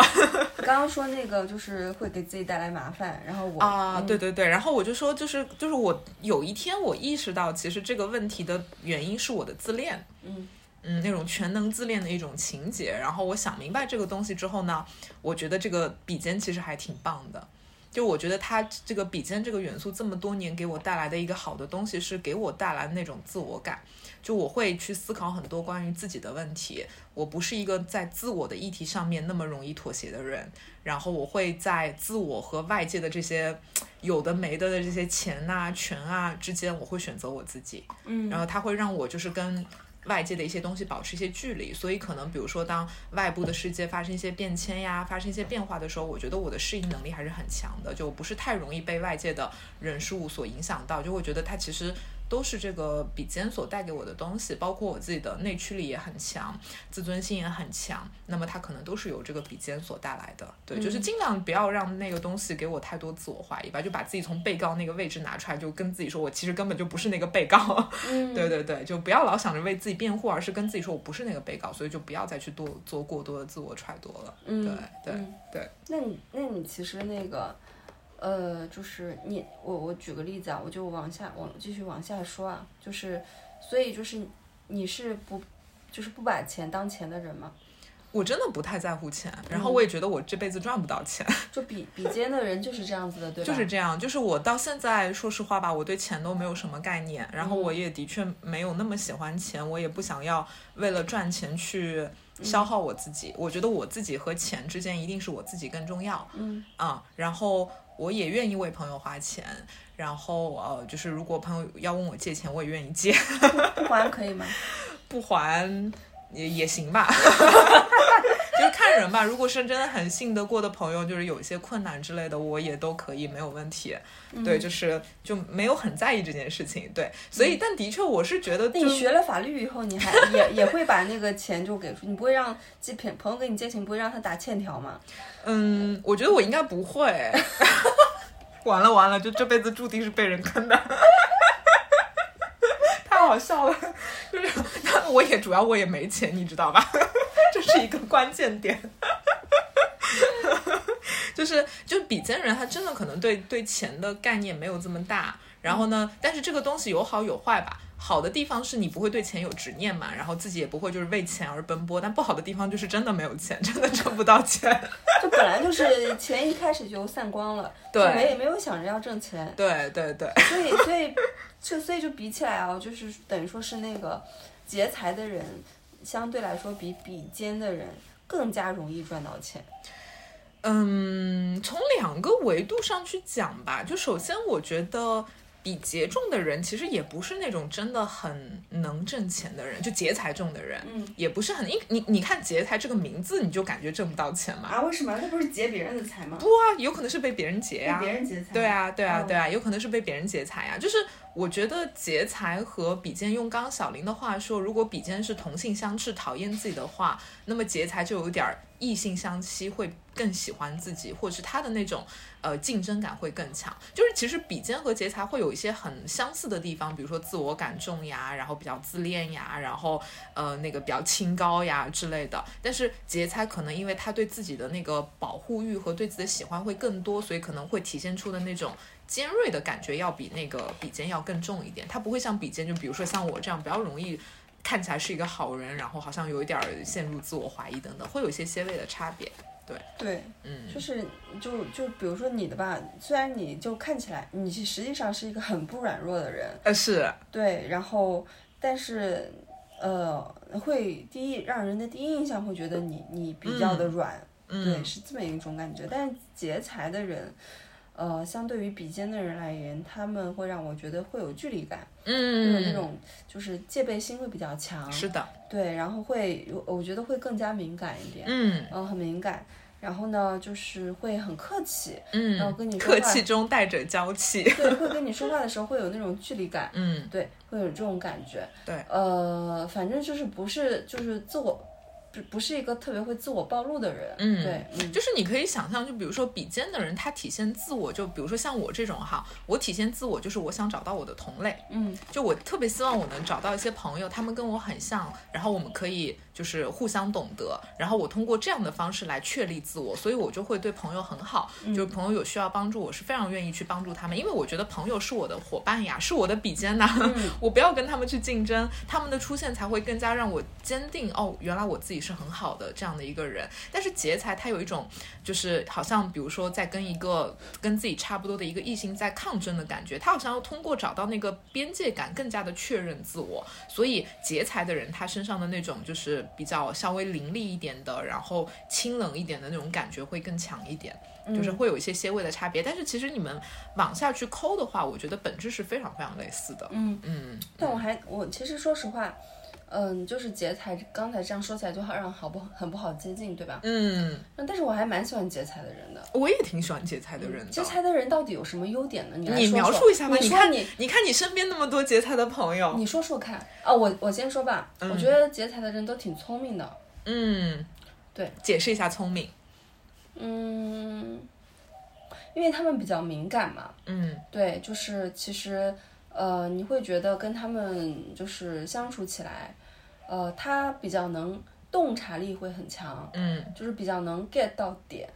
你刚刚说那个就是会给自己带来麻烦，然后我嗯啊，对对对，然后我就说，就是就是我有一天我意识到，其实这个问题的原因是我的自恋，嗯嗯，那种全能自恋的一种情节。然后我想明白这个东西之后呢，我觉得这个比肩其实还挺棒的。就我觉得它这个比肩这个元素这么多年给我带来的一个好的东西，是给我带来那种自我感。就我会去思考很多关于自己的问题，我不是一个在自我的议题上面那么容易妥协的人。然后我会在自我和外界的这些有的没的的这些钱呐、权啊之间，我会选择我自己。嗯然后它会让我就是跟外界的一些东西保持一些距离，所以可能比如说当外部的世界发生一些变迁呀，发生一些变化的时候，我觉得我的适应能力还是很强的，就不是太容易被外界的人事物所影响到，就会觉得它其实。都是这个比肩所带给我的东西，包括我自己的内驱力也很强，自尊心也很强。那么它可能都是由这个比肩所带来的。对，就是尽量不要让那个东西给我太多自我怀疑吧，就把自己从被告那个位置拿出来，就跟自己说，我其实根本就不是那个被告。嗯对对对，就不要老想着为自己辩护，而是跟自己说我不是那个被告，所以就不要再去多做过多的自我揣度了。嗯对对嗯对，那你那你其实那个，呃，就是你我我举个例子啊，我就往下往继续往下说啊，就是所以就是你是不就是不把钱当钱的人嘛？我真的不太在乎钱，然嗯后我也觉得我这辈子赚不到钱，就比比肩的人就是这样子的，对吧？就是这样。就是我到现在说实话吧，我对钱都没有什么概念，然后我嗯也的确没有那么喜欢钱，我也不想要为了赚钱去嗯消耗我自己。我觉得我自己和钱之间一定是我自己更重要。嗯啊、然后我也愿意为朋友花钱，然后呃，就是如果朋友要问我借钱，我也愿意借。不还可以吗？不还也也行吧， 就是看人吧。如果是真的很信得过的朋友，就是有一些困难之类的，我也都可以没有问题。嗯对，就是就没有很在意这件事情。对，所以但的确我是觉得嗯那就你学了法律以后，你还也也会把那个钱就给出，你不会让借朋朋友给你借钱，不会让他打欠条吗？嗯，我觉得我应该不会。 完了完了，就这辈子注定是被人坑的。 太好笑了，就是但我也主要我也没钱，你知道吧？ 这是一个关键点。 就是就比肩人，他真的可能对对钱的概念没有这么大。然后呢，但是这个东西有好有坏吧。好的地方是你不会对钱有执念嘛，然后自己也不会就是为钱而奔波。但不好的地方就是真的没有钱，真的挣不到钱。就本来就是钱一开始就散光了，对就没没有想着要挣钱，对对对，所以所以就所以就比起来啊，就是等于说是那个劫财的人，相对来说比比肩的人更加容易赚到钱。嗯，从两个维度上去讲吧。就首先，我觉得比劫重的人其实也不是那种真的很能挣钱的人，就劫财重的人，嗯，也不是很你你你看劫财这个名字，你就感觉挣不到钱嘛。啊？为什么？他不是劫别人的财吗？不啊，有可能是被别人劫呀、别人劫财。对。啊，对啊，嗯对啊，有可能是被别人劫财呀。就是我觉得劫财和比肩，用刚刚小林的话说，如果比肩是同性相斥，讨厌自己的话，那么劫财就有点儿异性相吸，会更喜欢自己，或者是他的那种呃竞争感会更强。就是其实比肩和劫财会有一些很相似的地方，比如说自我感重呀，然后比较自恋呀，然后呃那个比较清高呀之类的。但是劫财可能因为他对自己的那个保护欲和对自己的喜欢会更多，所以可能会体现出的那种尖锐的感觉要比那个比肩要更重一点。他不会像比肩，就比如说像我这样比较容易。看起来是一个好人，然后好像有一点儿陷入自我怀疑等等，会有一些些微的差别。对，嗯，就是就就比如说你的吧，虽然你就看起来你实际上是一个很不软弱的人，呃，是，对，然后但是呃，会第一让人的第一印象会觉得你你比较的软，对，嗯，是这么一种感觉。但是劫财的人，呃，相对于比肩的人来言，他们会让我觉得会有距离感，会有嗯，那种就是戒备心会比较强，是的，对，然后会我觉得会更加敏感一点，嗯嗯、很敏感。然后呢，就是会很客气，然后嗯，跟你说客话气中带着娇气，对，会跟你说话的时候会有那种距离感，嗯对，会有这种感觉。对呃，反正就是不是就是自我，不不是一个特别会自我暴露的人。嗯对，嗯，就是你可以想象，就比如说比肩的人，他体现自我，就比如说像我这种哈，我体现自我就是我想找到我的同类，嗯就我特别希望我能找到一些朋友，他们跟我很像，然后我们可以就是互相懂得，然后我通过这样的方式来确立自我，所以我就会对朋友很好，就是朋友有需要帮助，我是非常愿意去帮助他们，因为我觉得朋友是我的伙伴呀，是我的比肩呐、 我不要跟他们去竞争，他们的出现才会更加让我坚定哦，原来我自己是很好的这样的一个人。但是劫财他有一种就是好像比如说在跟一个跟自己差不多的一个异性在抗争的感觉，他好像要通过找到那个边界感，更加的确认自我。所以劫财的人，他身上的那种就是比较稍微凌厉一点的，然后清冷一点的那种感觉会更强一点，就是会有一些些微的差别。但是其实你们往下去抠的话，我觉得本质是非常非常类似的。嗯。嗯，但我还我其实说实话，嗯，就是劫财刚才这样说起来就好让好不很不好接近，对吧？嗯，嗯，但是我还蛮喜欢劫财的人的。我也挺喜欢劫财的人的。劫财的人到底有什么优点呢？你来你说描说述一下吧，你说看你你看你身边那么多劫财的朋友，你说说看啊！我我先说吧，我觉得劫财的人都挺聪明的。嗯，对，解释一下聪明，嗯，因为他们比较敏感嘛，嗯对，就是其实，呃，你会觉得跟他们就是相处起来，呃，他比较能洞察力会很强，嗯就是比较能 get 到点，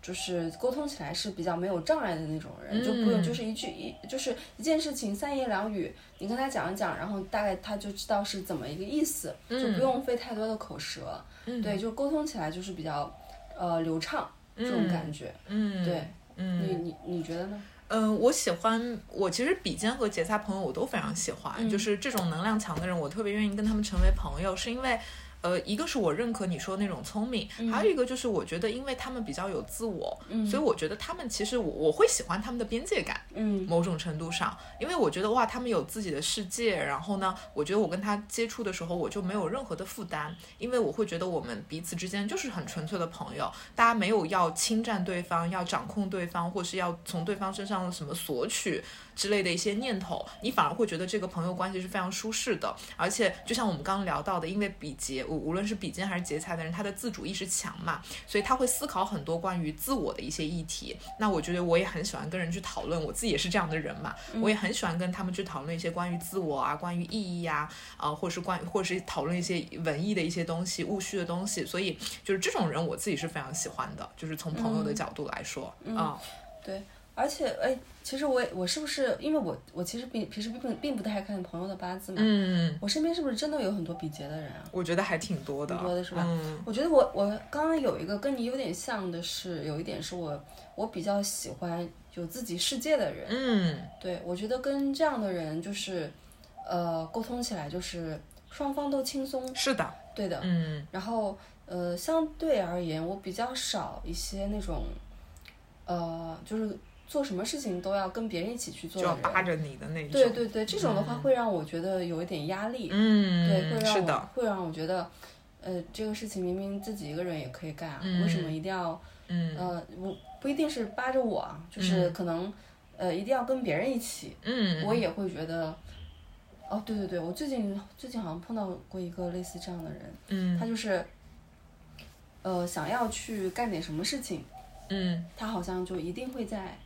就是沟通起来是比较没有障碍的那种人，就不用嗯就是一句一就是一件事情三言两语，你跟他讲一讲，然后大概他就知道是怎么一个意思，就不嗯用费太多的口舌，嗯对，就沟通起来就是比较呃流畅这种感觉，嗯，对，嗯你你你觉得呢？嗯，我喜欢我其实比肩和杰萨朋友我都非常喜欢，嗯就是这种能量强的人，我特别愿意跟他们成为朋友，是因为。呃，一个是我认可你说那种聪明，嗯还有一个就是我觉得，因为他们比较有自我，所以我觉得他们其实我我会喜欢他们的边界感，嗯某种程度上，因为我觉得哇，他们有自己的世界，然后呢，我觉得我跟他接触的时候，我就没有任何的负担，因为我会觉得我们彼此之间就是很纯粹的朋友，大家没有要侵占对方、要掌控对方，或是要从对方身上什么索取之类的一些念头，你反而会觉得这个朋友关系是非常舒适的。而且就像我们刚刚聊到的，因为比劫，无无论是比肩还是劫财的人，他的自主意识强嘛，所以他会思考很多关于自我的一些议题。那我觉得我也很喜欢跟人去讨论，我自己也是这样的人嘛，嗯我也很喜欢跟他们去讨论一些关于自我啊、关于意义呀、啊，或是关或是讨论一些文艺的一些东西、务虚的东西。所以嗯就是这种人，我自己是非常喜欢的，就是从朋友的角度来说啊、对而且哎，其实我也我是不是因为我我其实并平时并并不太看朋友的八字嘛，嗯，我身边是不是真的有很多比劫的人啊？我觉得还挺多的，挺多的是吧嗯我觉得我我刚刚有一个跟你有点像的是，有一点是我我比较喜欢有自己世界的人，嗯对我觉得跟这样的人就是，呃，沟通起来就是双方都轻松，嗯是的，对的，嗯然后呃，相对而言，我比较少一些那种，呃，就是做什么事情都要跟别人一起去做就要的人。扒着你的那种，对对对，这种的话嗯会让我觉得有一点压力，嗯，对，是会让我的，会让我觉得，呃，这个事情明明自己一个人也可以干啊，嗯为什么一定要嗯呃，我不一定是扒着我啊，就是嗯可能呃一定要跟别人一起，嗯，我也会觉得。哦，对对对，我最近最近好像碰到过一个类似这样的人，嗯他就是，呃，想要去干点什么事情，嗯他好像就一定会在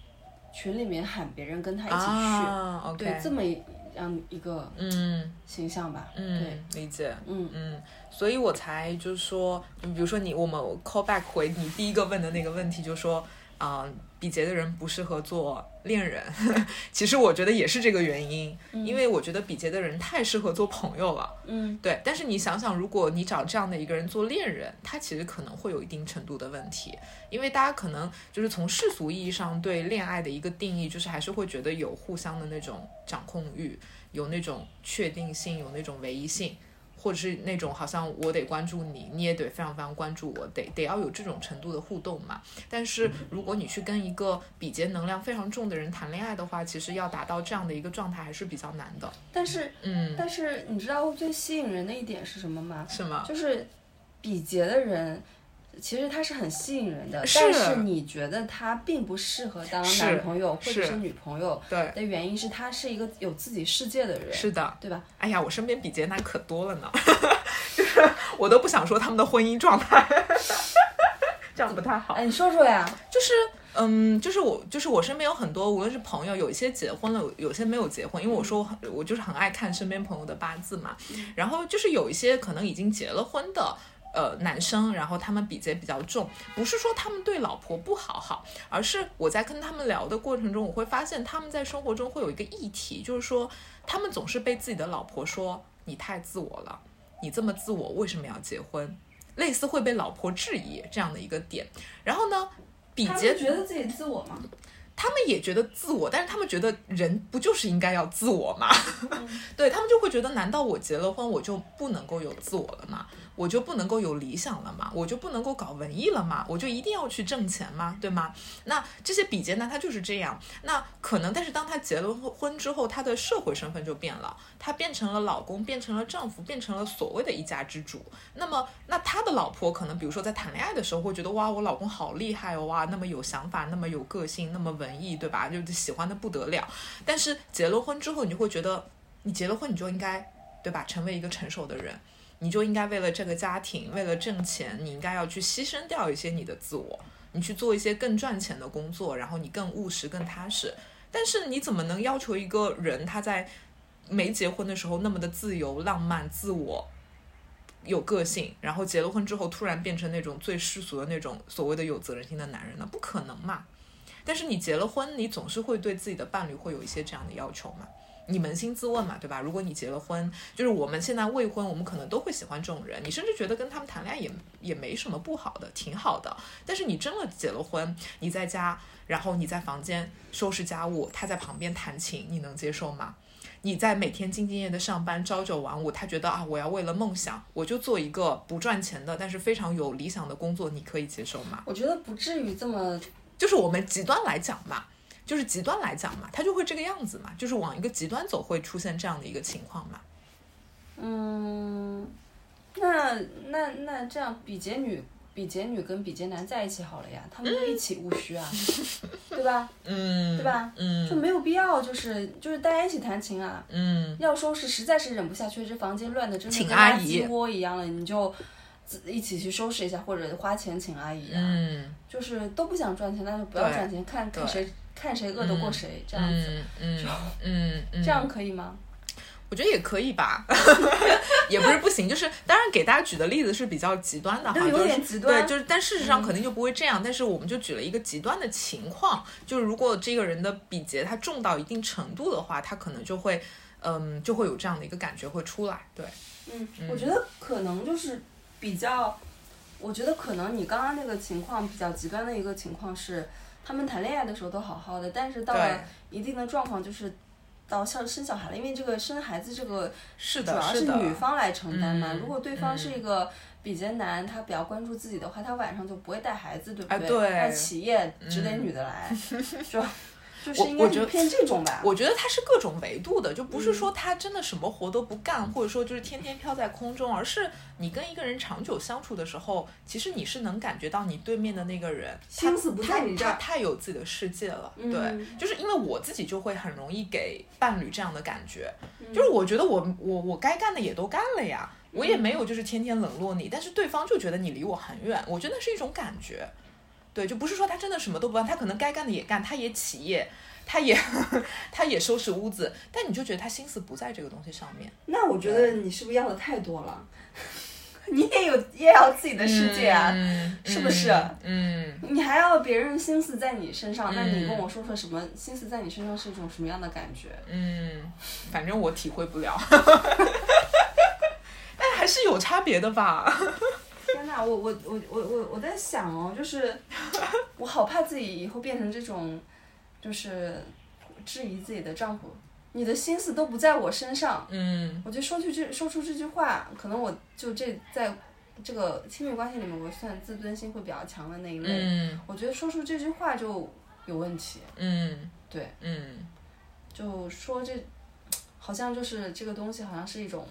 群里面喊别人跟他一起去，啊，OK，对，这么一样一个嗯形象吧，对，嗯，理解。嗯，嗯，所以我才就是说，比如说你，我们 call back 回你第一个问的那个问题，就说，啊、比劫的人不适合做恋人。 其实我觉得也是这个原因，因为我觉得比劫的人太适合做朋友了。嗯，对。但是你想想，如果你找这样的一个人做恋人，他其实可能会有一定程度的问题，因为大家可能就是从世俗意义上对恋爱的一个定义，就是还是会觉得有互相的那种掌控欲，有那种确定性，有那种唯一性。或者是那种好像我得关注你，你也得非常非常关注我，得得要有这种程度的互动嘛。但是如果你去跟一个比劫能量非常重的人谈恋爱的话，其实要达到这样的一个状态还是比较难的。但是嗯，但是你知道最吸引人的一点是什么吗？是吗？就是比劫的人。其实他是很吸引人的，是但是你觉得他并不适合当是男朋友或者是是女朋友对，的原因是他是一个有自己世界的人，是的。对吧？哎呀，我身边比劫男可多了呢， 就是我都不想说他们的婚姻状态， 这样不太好。哎，你说说呀，就是嗯，就是我就是我身边有很多，无论是朋友，有一些结婚了，有有些没有结婚，因为我说我很我就是很爱看身边朋友的八字嘛，然后就是有一些可能已经结了婚的。呃，男生，然后他们比劫比较重，不是说他们对老婆不好哈，而是我在跟他们聊的过程中，我会发现他们在生活中会有一个议题，就是说他们总是被自己的老婆说你太自我了，你这么自我为什么要结婚？类似会被老婆质疑这样的一个点。然后呢，比他劫们觉得自己自我吗？他们也觉得自我，但是他们觉得人不就是应该要自我吗？ 对他们就会觉得，难道我结了婚我就不能够有自我了吗？我就不能够有理想了吗？我就不能够搞文艺了吗？我就一定要去挣钱吗？对吗？那这些比劫男他就是这样，那可能但是当他结了婚之后，他的社会身份就变了，他变成了老公，变成了丈夫，变成了所谓的一家之主。那么，那他的老婆可能，比如说在谈恋爱的时候，会觉得哇，我老公好厉害哦，哇，那么有想法，那么有个性，那么文艺，对吧？就喜欢的不得了。但是结了婚之后，你就会觉得，你结了婚你就应该，对吧？成为一个成熟的人，你就应该为了这个家庭，为了挣钱，你应该要去牺牲掉一些你的自我，你去做一些更赚钱的工作，然后你更务实、更踏实。但是你怎么能要求一个人他在没结婚的时候那么的自由、浪漫、自我、有个性，然后结了婚之后突然变成那种最世俗的那种所谓的有责任心的男人呢？不可能嘛！但是你结了婚，你总是会对自己的伴侣会有一些这样的要求嘛？你扪心自问嘛，对吧？如果你结了婚，就是我们现在未婚，我们可能都会喜欢这种人，你甚至觉得跟他们谈恋爱也也没什么不好的，挺好的。但是你真的结了婚，你在家，然后你在房间收拾家务，他在旁边弹琴，你能接受吗？你在每天兢兢业业的上班，朝九晚五，他觉得啊，我要为了梦想，我就做一个不赚钱的，但是非常有理想的工作，你可以接受吗？我觉得不至于这么就是我们极端来讲嘛，就是极端来讲嘛，他就会这个样子嘛，就是往一个极端走，会出现这样的一个情况嘛。嗯，那那那这样，比劫女、比劫女跟比劫男在一起好了呀，他们就一起 务虚啊，对吧？嗯，对吧就嗯没有必要，就是就是大家一起弹琴啊。嗯，要收拾实在是忍不下去，这房间乱的真的请跟阿垃姨圾窝一样了，你就自一起去收拾一下，或者花钱请阿姨啊。嗯，就是都不想赚钱，那就不要对赚钱，看看对嗯谁看谁饿得过谁，这样子，嗯嗯嗯嗯，这样可以吗？我觉得也可以吧， 也不是不行，就是当然给大家举的例子是比较极端的哈，都有就是点极端对，就是但事实上肯定就不会这样，但是我们就举了一个极端的情况，就是如果这个人的比劫他重到一定程度的话，他可能就会。嗯，就会有这样的一个感觉会出来，对，嗯，我觉得可能就是比较，我觉得可能你刚刚那个情况比较极端的一个情况是，他们谈恋爱的时候都好好的，但是到了一定的状况就是。到像生小孩了，因为这个生孩子这个是主的，要是是的，女方来承担嘛。嗯如果对方是一个比劫男，他比较关注自己的话，他晚上就不会带孩子，对不哎对嗯那企业只得女的来， 就就是我应我该觉是得偏这种吧。我觉得它是各种维度的，就不是说他真的什么活都不干，或者说就是天天飘在空中，而是你跟一个人长久相处的时候，其实你是能感觉到你对面的那个人，他心思不在你这他儿太有自己的世界了。嗯对，就是因为我自己就会很容易给伴侣这样的感觉，就是我觉得我我我该干的也都干了呀。我也没有就是天天冷落你，但是对方就觉得你离我很远，我觉得那是一种感觉，对，就不是说他真的什么都不干，他可能该干的也干，他也起夜，他也 他也收拾屋子，但你就觉得他心思不在这个东西上面。那我觉得你是不是要的太多 了？你也有也要自己的世界啊，嗯是不是嗯，你还要别人心思在你身上，那你嗯跟我说说什么心思在你身上是一种什么样的感觉？嗯，反正我体会不了， 但还是有差别的吧。天呐，我我我我我我在想哦，就是 我好怕自己以后变成这种，就是质疑自己的丈夫，你的心思都不在我身上。嗯我觉得说出这说出这句话，可能我就这在这个亲密关系里面，我算自尊心会比较强的那一类。嗯我觉得说出这句话就有问题，嗯，对，嗯，就说这好像就是这个东西，好像是一种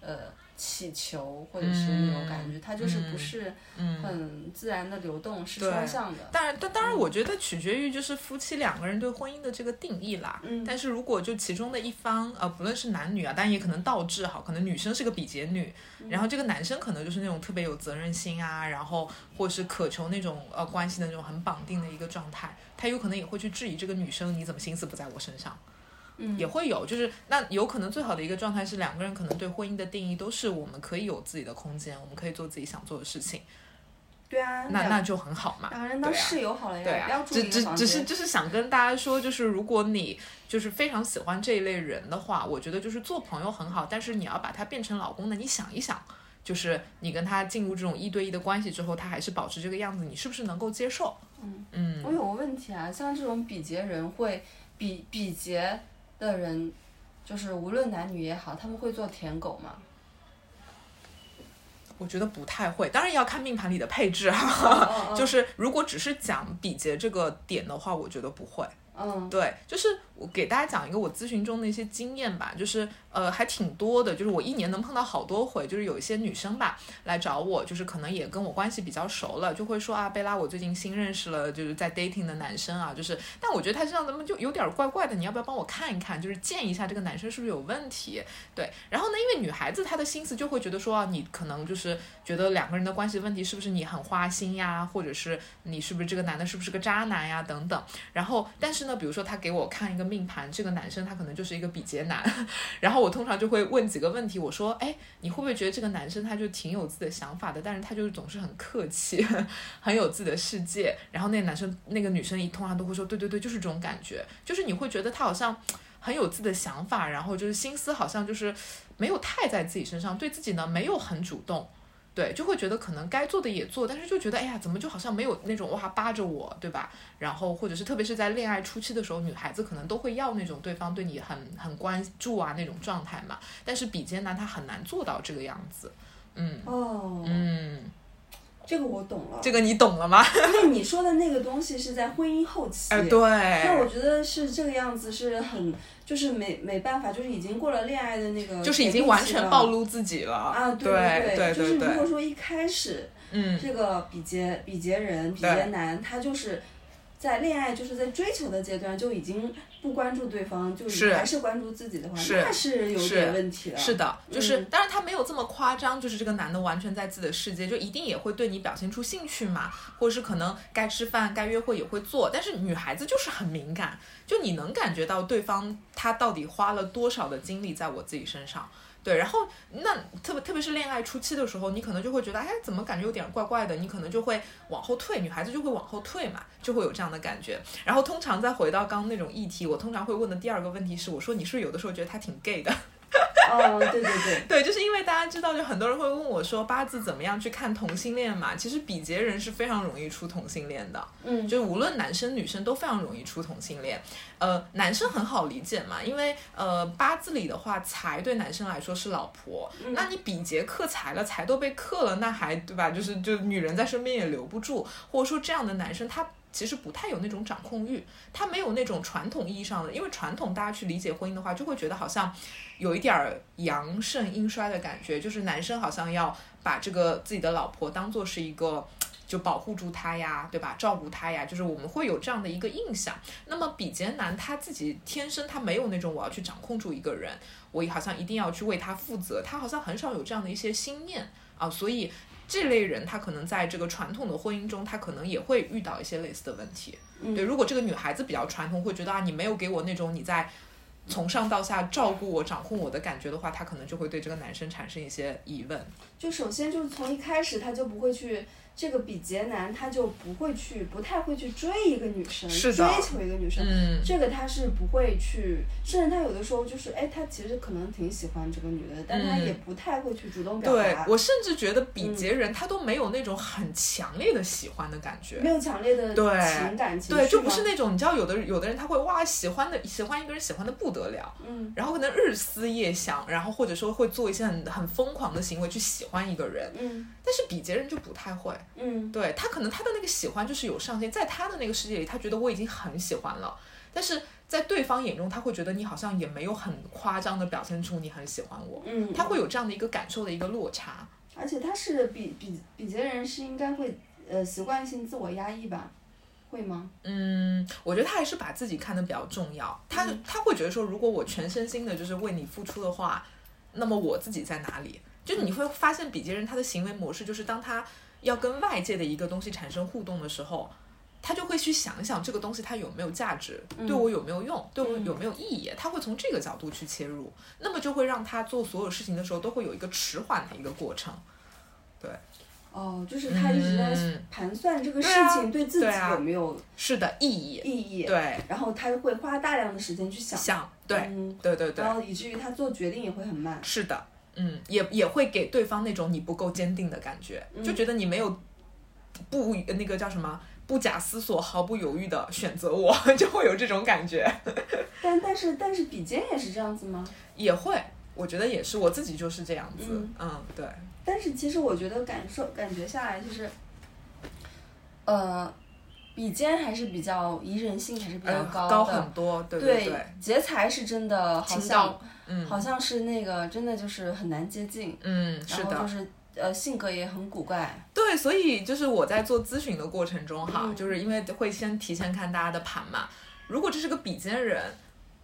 呃祈求或者是那种感觉，它就是不是嗯很自然的流动，是对双向的。当然，但当然，我觉得取决于就是夫妻两个人对婚姻的这个定义啦。嗯但是如果就其中的一方，呃，不论是男女啊，但也可能倒置哈，可能女生是个比劫女，然后这个男生可能就是那种特别有责任心啊，然后或是渴求那种呃关系的那种很绑定的一个状态，他有可能也会去质疑这个女生你怎么心思不在我身上。嗯也会有，就是那有可能最好的一个状态是两个人可能对婚姻的定义都是我们可以有自己的空间，我们可以做自己想做的事情，对啊，那两那就很好嘛。两个人当对啊室友好了呀，对不啊要，住只一个只房只是间。就是想跟大家说，就是如果你就是非常喜欢这一类人的话，我觉得就是做朋友很好，但是你要把他变成老公的，你想一想，就是你跟他进入这种一对一的关系之后，他还是保持这个样子，你是不是能够接受？嗯我有个问题啊，像这种比劫人会比比劫的人，就是无论男女也好，他们会做舔狗吗？我觉得不太会，当然要看命盘里的配置哈、哦 就是如果只是讲比劫这个点的话，我觉得不会。嗯对，就是我给大家讲一个我咨询中的一些经验吧，就是呃还挺多的，就是我一年能碰到好多回，就是有一些女生吧来找我，就是可能也跟我关系比较熟了，就会说啊贝拉，我最近新认识了就是在 dating 的男生啊，就是但我觉得他身上咱们就有点怪怪的，你要不要帮我看一看，就是见一下这个男生是不是有问题？对，然后呢，因为女孩子她的心思就会觉得说啊，你可能就是觉得两个人的关系问题是不是你很花心呀，或者是你是不是这个男的是不是个渣男呀等等。然后，但是呢，比如说他给我看一个命盘，这个男生他可能就是一个比劫男， 然后我通常就会问几个问题，我说，哎，你会不会觉得这个男生他就挺有自己的想法的，但是他就是总是很客气， 很有自己的世界。然后那个男生那个女生一通常都会说，对对对，就是这种感觉，就是你会觉得他好像很有自己的想法，然后就是心思好像就是没有太在自己身上，对自己呢没有很主动。对，就会觉得可能该做的也做，但是就觉得哎呀，怎么就好像没有那种哇扒着我，对吧？然后或者是特别是在恋爱初期的时候，女孩子可能都会要那种对方对你很很关注啊那种状态嘛。但是比肩男他很难做到这个样子。嗯哦，嗯，这个我懂了。这个你懂了 吗？因为你说的那个东西是在婚姻后期，哎，那我对，觉得是这个样子，是很就是没没办法，就是已经过了恋爱的那个，就是已经完全暴露露自己了。啊，对对对就是如果对，说一开始嗯，这个比劫比劫人比对劫男，他就是在恋爱就是在追求的阶段就已经不关注对方，就是是还是关注自己的话，是那是有是点问题了。是的，就是嗯，当然他没有这么夸张，就是这个男的完全在自己的世界，就一定也会对你表现出兴趣嘛，或者是可能该吃饭、该约会也会做。但是女孩子就是很敏感，就你能感觉到对方他到底花了多少的精力在我自己身上。对，然后那特别特别是恋爱初期的时候，你可能就会觉得，哎，怎么感觉有点怪怪的？你可能就会往后退，女孩子就会往后退嘛，就会有这样的感觉。然后通常再回到刚刚那种议题，我通常会问的第二个问题是，我说你是不是有的时候觉得他挺 gay 的？哦，对对对，对，就是因为大家知道，就很多人会问我说八字怎么样去看同性恋嘛？其实比劫人是非常容易出同性恋的，嗯就是无论男生女生都非常容易出同性恋。呃，男生很好理解嘛，因为呃八字里的话，财对男生来说是老婆，那你比劫克财了，财都被克了，那还对吧？就是就女人在身边也留不住，或者说这样的男生他。其实不太有那种掌控欲，他没有那种传统意义上的，因为传统大家去理解婚姻的话，就会觉得好像有一点儿阳盛阴衰的感觉，就是男生好像要把这个自己的老婆当做是一个。就保护住她呀，对吧？照顾她呀，就是我们会有这样的一个印象。那么比劫男他自己天生他没有那种我要去掌控住一个人，我好像一定要去为他负责，他好像很少有这样的一些心念啊，所以这类人他可能在这个传统的婚姻中，他可能也会遇到一些类似的问题。对，如果这个女孩子比较传统，会觉得啊，你没有给我那种你在从上到下照顾我、掌控我的感觉的话，她可能就会对这个男生产生一些疑问。就首先就是从一开始他就不会去这个比劫男，他就不会去，不太会去追一个女生，是的追求一个女生。嗯，这个他是不会去，甚至他有的时候就是，哎，他其实可能挺喜欢这个女的，但他嗯也不太会去主动表对达，我甚至觉得嗯比劫人他都没有那种很强烈的喜欢的感觉没。有强烈的对情感情绪对，就不吗是那种你知道，有的有的人他会哇喜欢的喜欢一个人喜欢的不得了，嗯然后可能日思夜想，然后或者说会做一些很很疯狂的行为去喜欢一个人，嗯但是比劫人就不太会，嗯对他可能他的那个喜欢就是有上限，在他的那个世界里，他觉得我已经很喜欢了，但是在对方眼中，他会觉得你好像也没有很夸张的表现出你很喜欢我，嗯，他会有这样的一个感受的一个落差。而且他是比比比劫人是应该会呃习惯性自我压抑吧，会吗？嗯，我觉得他还是把自己看得比较重要，他嗯他会觉得说，如果我全身心的就是为你付出的话，那么我自己在哪里？就是嗯你会发现比劫人他的行为模式，就是当他要跟外界的一个东西产生互动的时候，他就会去想一想这个东西它有没有价值，嗯对我有没有用，对我有没有意义，他会从这个角度去切入，那么就会让他做所有事情的时候都会有一个迟缓的一个过程。哦，就是他一直在嗯盘算这个事对啊情对自己对啊有没有是的，意义，意义，对，然后他会花大量的时间去想，想，对，嗯，对对对。然后以至于他做决定也会很慢。是的，嗯，也也会给对方那种你不够坚定的感觉，嗯就觉得你没有不那个叫什么不假思索、毫不犹豫的选择我， 就会有这种感觉。但但是但是比肩也是这样子吗？也会，我觉得也是，我自己就是这样子，嗯嗯对，但是其实我觉得感受感觉下来就是，呃，比肩还是比较宜人性还是比较呃高的，高很多，对对对，劫财是真的好清像高，嗯好像是那个真的就是很难接近，嗯，是然后的就，是呃性格也很古 怪，对，所以就是我在做咨询的过程中哈，嗯就是因为会先提前看大家的盘嘛，如果这是个比肩人，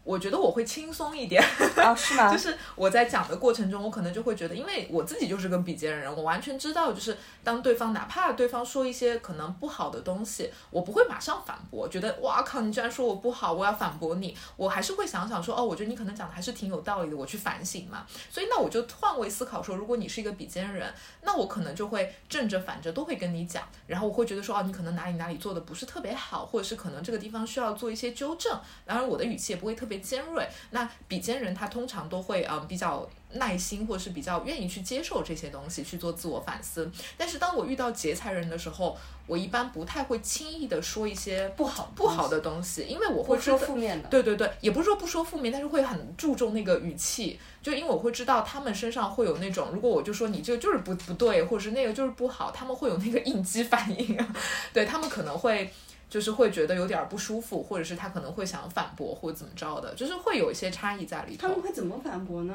我觉得我会轻松一点。啊是吗就？哦是我在讲的过程中，我可能就会觉得，因为我自己就是个比肩人，我完全知道，就是当对方哪怕对方说一些可能不好的东西，我不会马上反驳，觉得哇靠，你居然说我不好，我要反驳你，我还是会想想说，哦，我觉得你可能讲的还是挺有道理的，我去反省嘛。所以那我就换位思考说，如果你是一个比肩人，那我可能就会正着反着都会跟你讲，然后我会觉得说，哦，你可能哪里哪里做的不是特别好，或者是可能这个地方需要做一些纠正。当然，我的语气也不会特别尖锐。那比肩人他通常都会嗯、呃比较耐心，或者是比较愿意去接受这些东西，去做自我反思。但是当我遇到劫财人的时候，我一般不太会轻易的说一些不好不好的东西，因为我会会知说道。负面的，对对对，也不是说不说负面，但是会很注重那个语气，就因为我会知道他们身上会有那种，如果我就说你这个就是不不对，或者是那个就是不好，他们会有那个应激反应， 对他们可能会就是会觉得有点不舒服，或者是他可能会想反驳或者怎么着的，就是会有一些差异在里他们头。会怎么反驳呢？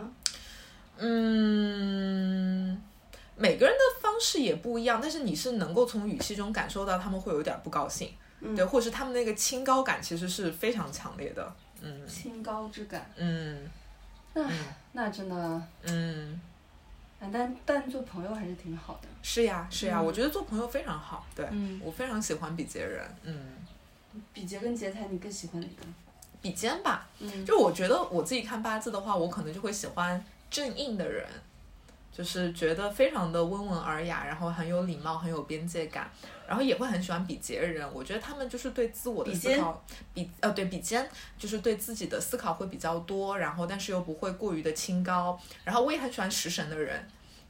嗯，每个人的方式也不一样，但是你是能够从语气中感嗯受到他们会有点不高兴，对，或者是他们那个清高感其实是非常强烈的。嗯清高之感。嗯那那真的，嗯，哎但但做朋友还是挺好的。是呀是呀，嗯我觉得做朋友非常好，对嗯我非常喜欢比杰人，嗯。比杰跟杰才，你更喜欢哪个？比肩吧，嗯就我觉得我自己看八字的话，我可能就会喜欢正印的人，就是觉得非常的温文尔雅，然后很有礼貌，很有边界感，然后也会很喜欢比劫的人。我觉得他们就是对自我的比思肩考，比呃对比肩就是对自己的思考会比较多，然后但是又不会过于的清高。然后我也很喜欢食神的人。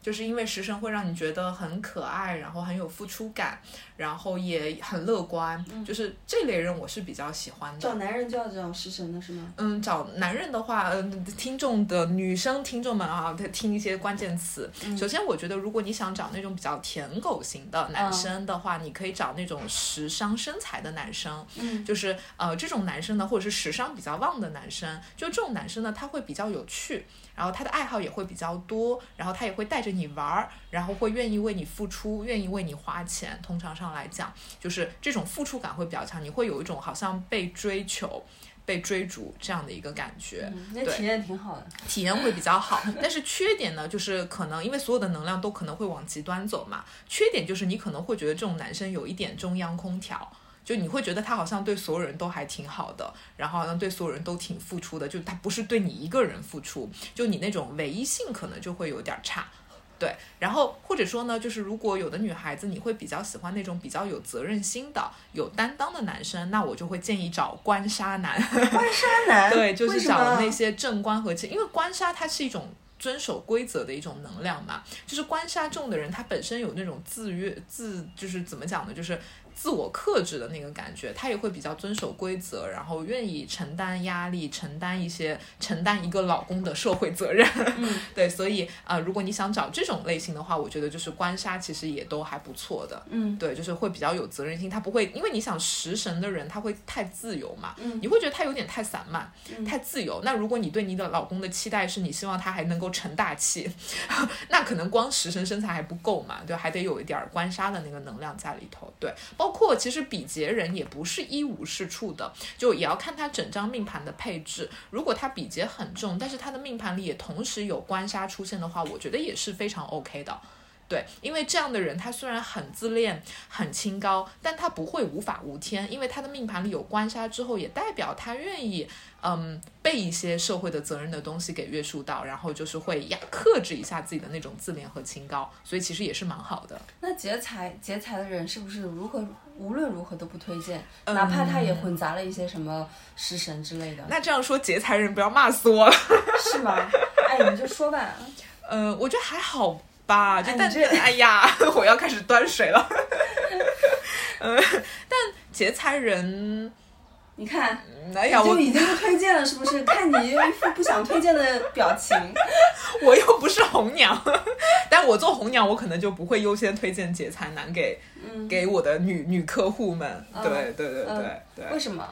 就是因为食神会让你觉得很可爱，然后很有付出感，然后也很乐观，就是这类人我是比较喜欢的。找男人就要找食神的是吗？嗯，找男人的话，嗯，听众的女生听众们啊，得听一些关键词。首先，我觉得如果你想找那种比较舔狗型的男生的话，你可以找那种时尚身材的男生，嗯就是呃这种男生呢，或者是时尚比较旺的男生，就这种男生呢，他会比较有趣，然后他的爱好也会比较多，然后他也会带着你玩儿，然后会愿意为你付出，愿意为你花钱。通常上来讲，就是这种付出感会比较强，你会有一种好像被追求。被追逐这样的一个感觉，嗯，那对体验挺好的。体验会比较好。但是缺点呢，就是可能因为所有的能量都可能会往极端走嘛，缺点就是你可能会觉得这种男生有一点中央空调。就你会觉得他好像对所有人都还挺好的，然后好像对所有人都挺付出的，就他不是对你一个人付出，就你那种唯一性可能就会有点差，对。然后或者说呢，就是如果有的女孩子你会比较喜欢那种比较有责任心的、有担当的男生，那我就会建议找官杀男。渣男对，就是为什找么那些正官和正，因为官杀它是一种。遵守规则的一种能量嘛，就是官杀重的人，他本身有那种自约自，就是怎么讲呢，就是自我克制的那个感觉，他也会比较遵守规则，然后愿意承担压力，承担一些承担一个老公的社会责任。嗯 对，所以啊、呃如果你想找这种类型的话，我觉得就是官杀其实也都还不错的。嗯对，就是会比较有责任心，他不会，因为你想食神的人，他会太自由嘛，嗯你会觉得他有点太散漫、嗯太自由。那如果你对你的老公的期待是你希望他还能够成大器， 那可能光食神身材还不够嘛，对，还得有一点儿官杀的那个能量在里头。对，包括其实比劫人也不是一无是处的，就也要看他整张命盘的配置。如果他比劫很重，但是他的命盘里也同时有官杀出现的话，我觉得也是非常 OK 的。对，因为这样的人，他虽然很自恋、很清高，但他不会无法无天，因为他的命盘里有官杀之后，也代表他愿意，嗯，被一些社会的责任的东西给约束到，然后就是会压克制一下自己的那种自恋和清高，所以其实也是蛮好的。那劫财劫财的人是不是如何无论如何都不推荐，哪怕他也混杂了一些什么食神之类的，那这样说，劫财人不要骂死我 了。是吗？哎，你就说吧，呃，我觉得还好吧，就哎但你是这哎呀， 我要开始端水了。 嗯，但劫财人，你看，哎你呀，我 就已经不推荐了，是不是？ 看你一副不想推荐的表情，我又不是红娘， 但我做红娘，我可能就不会优先推荐劫财男给、给我的女女客户们。对对对对嗯对，为什么？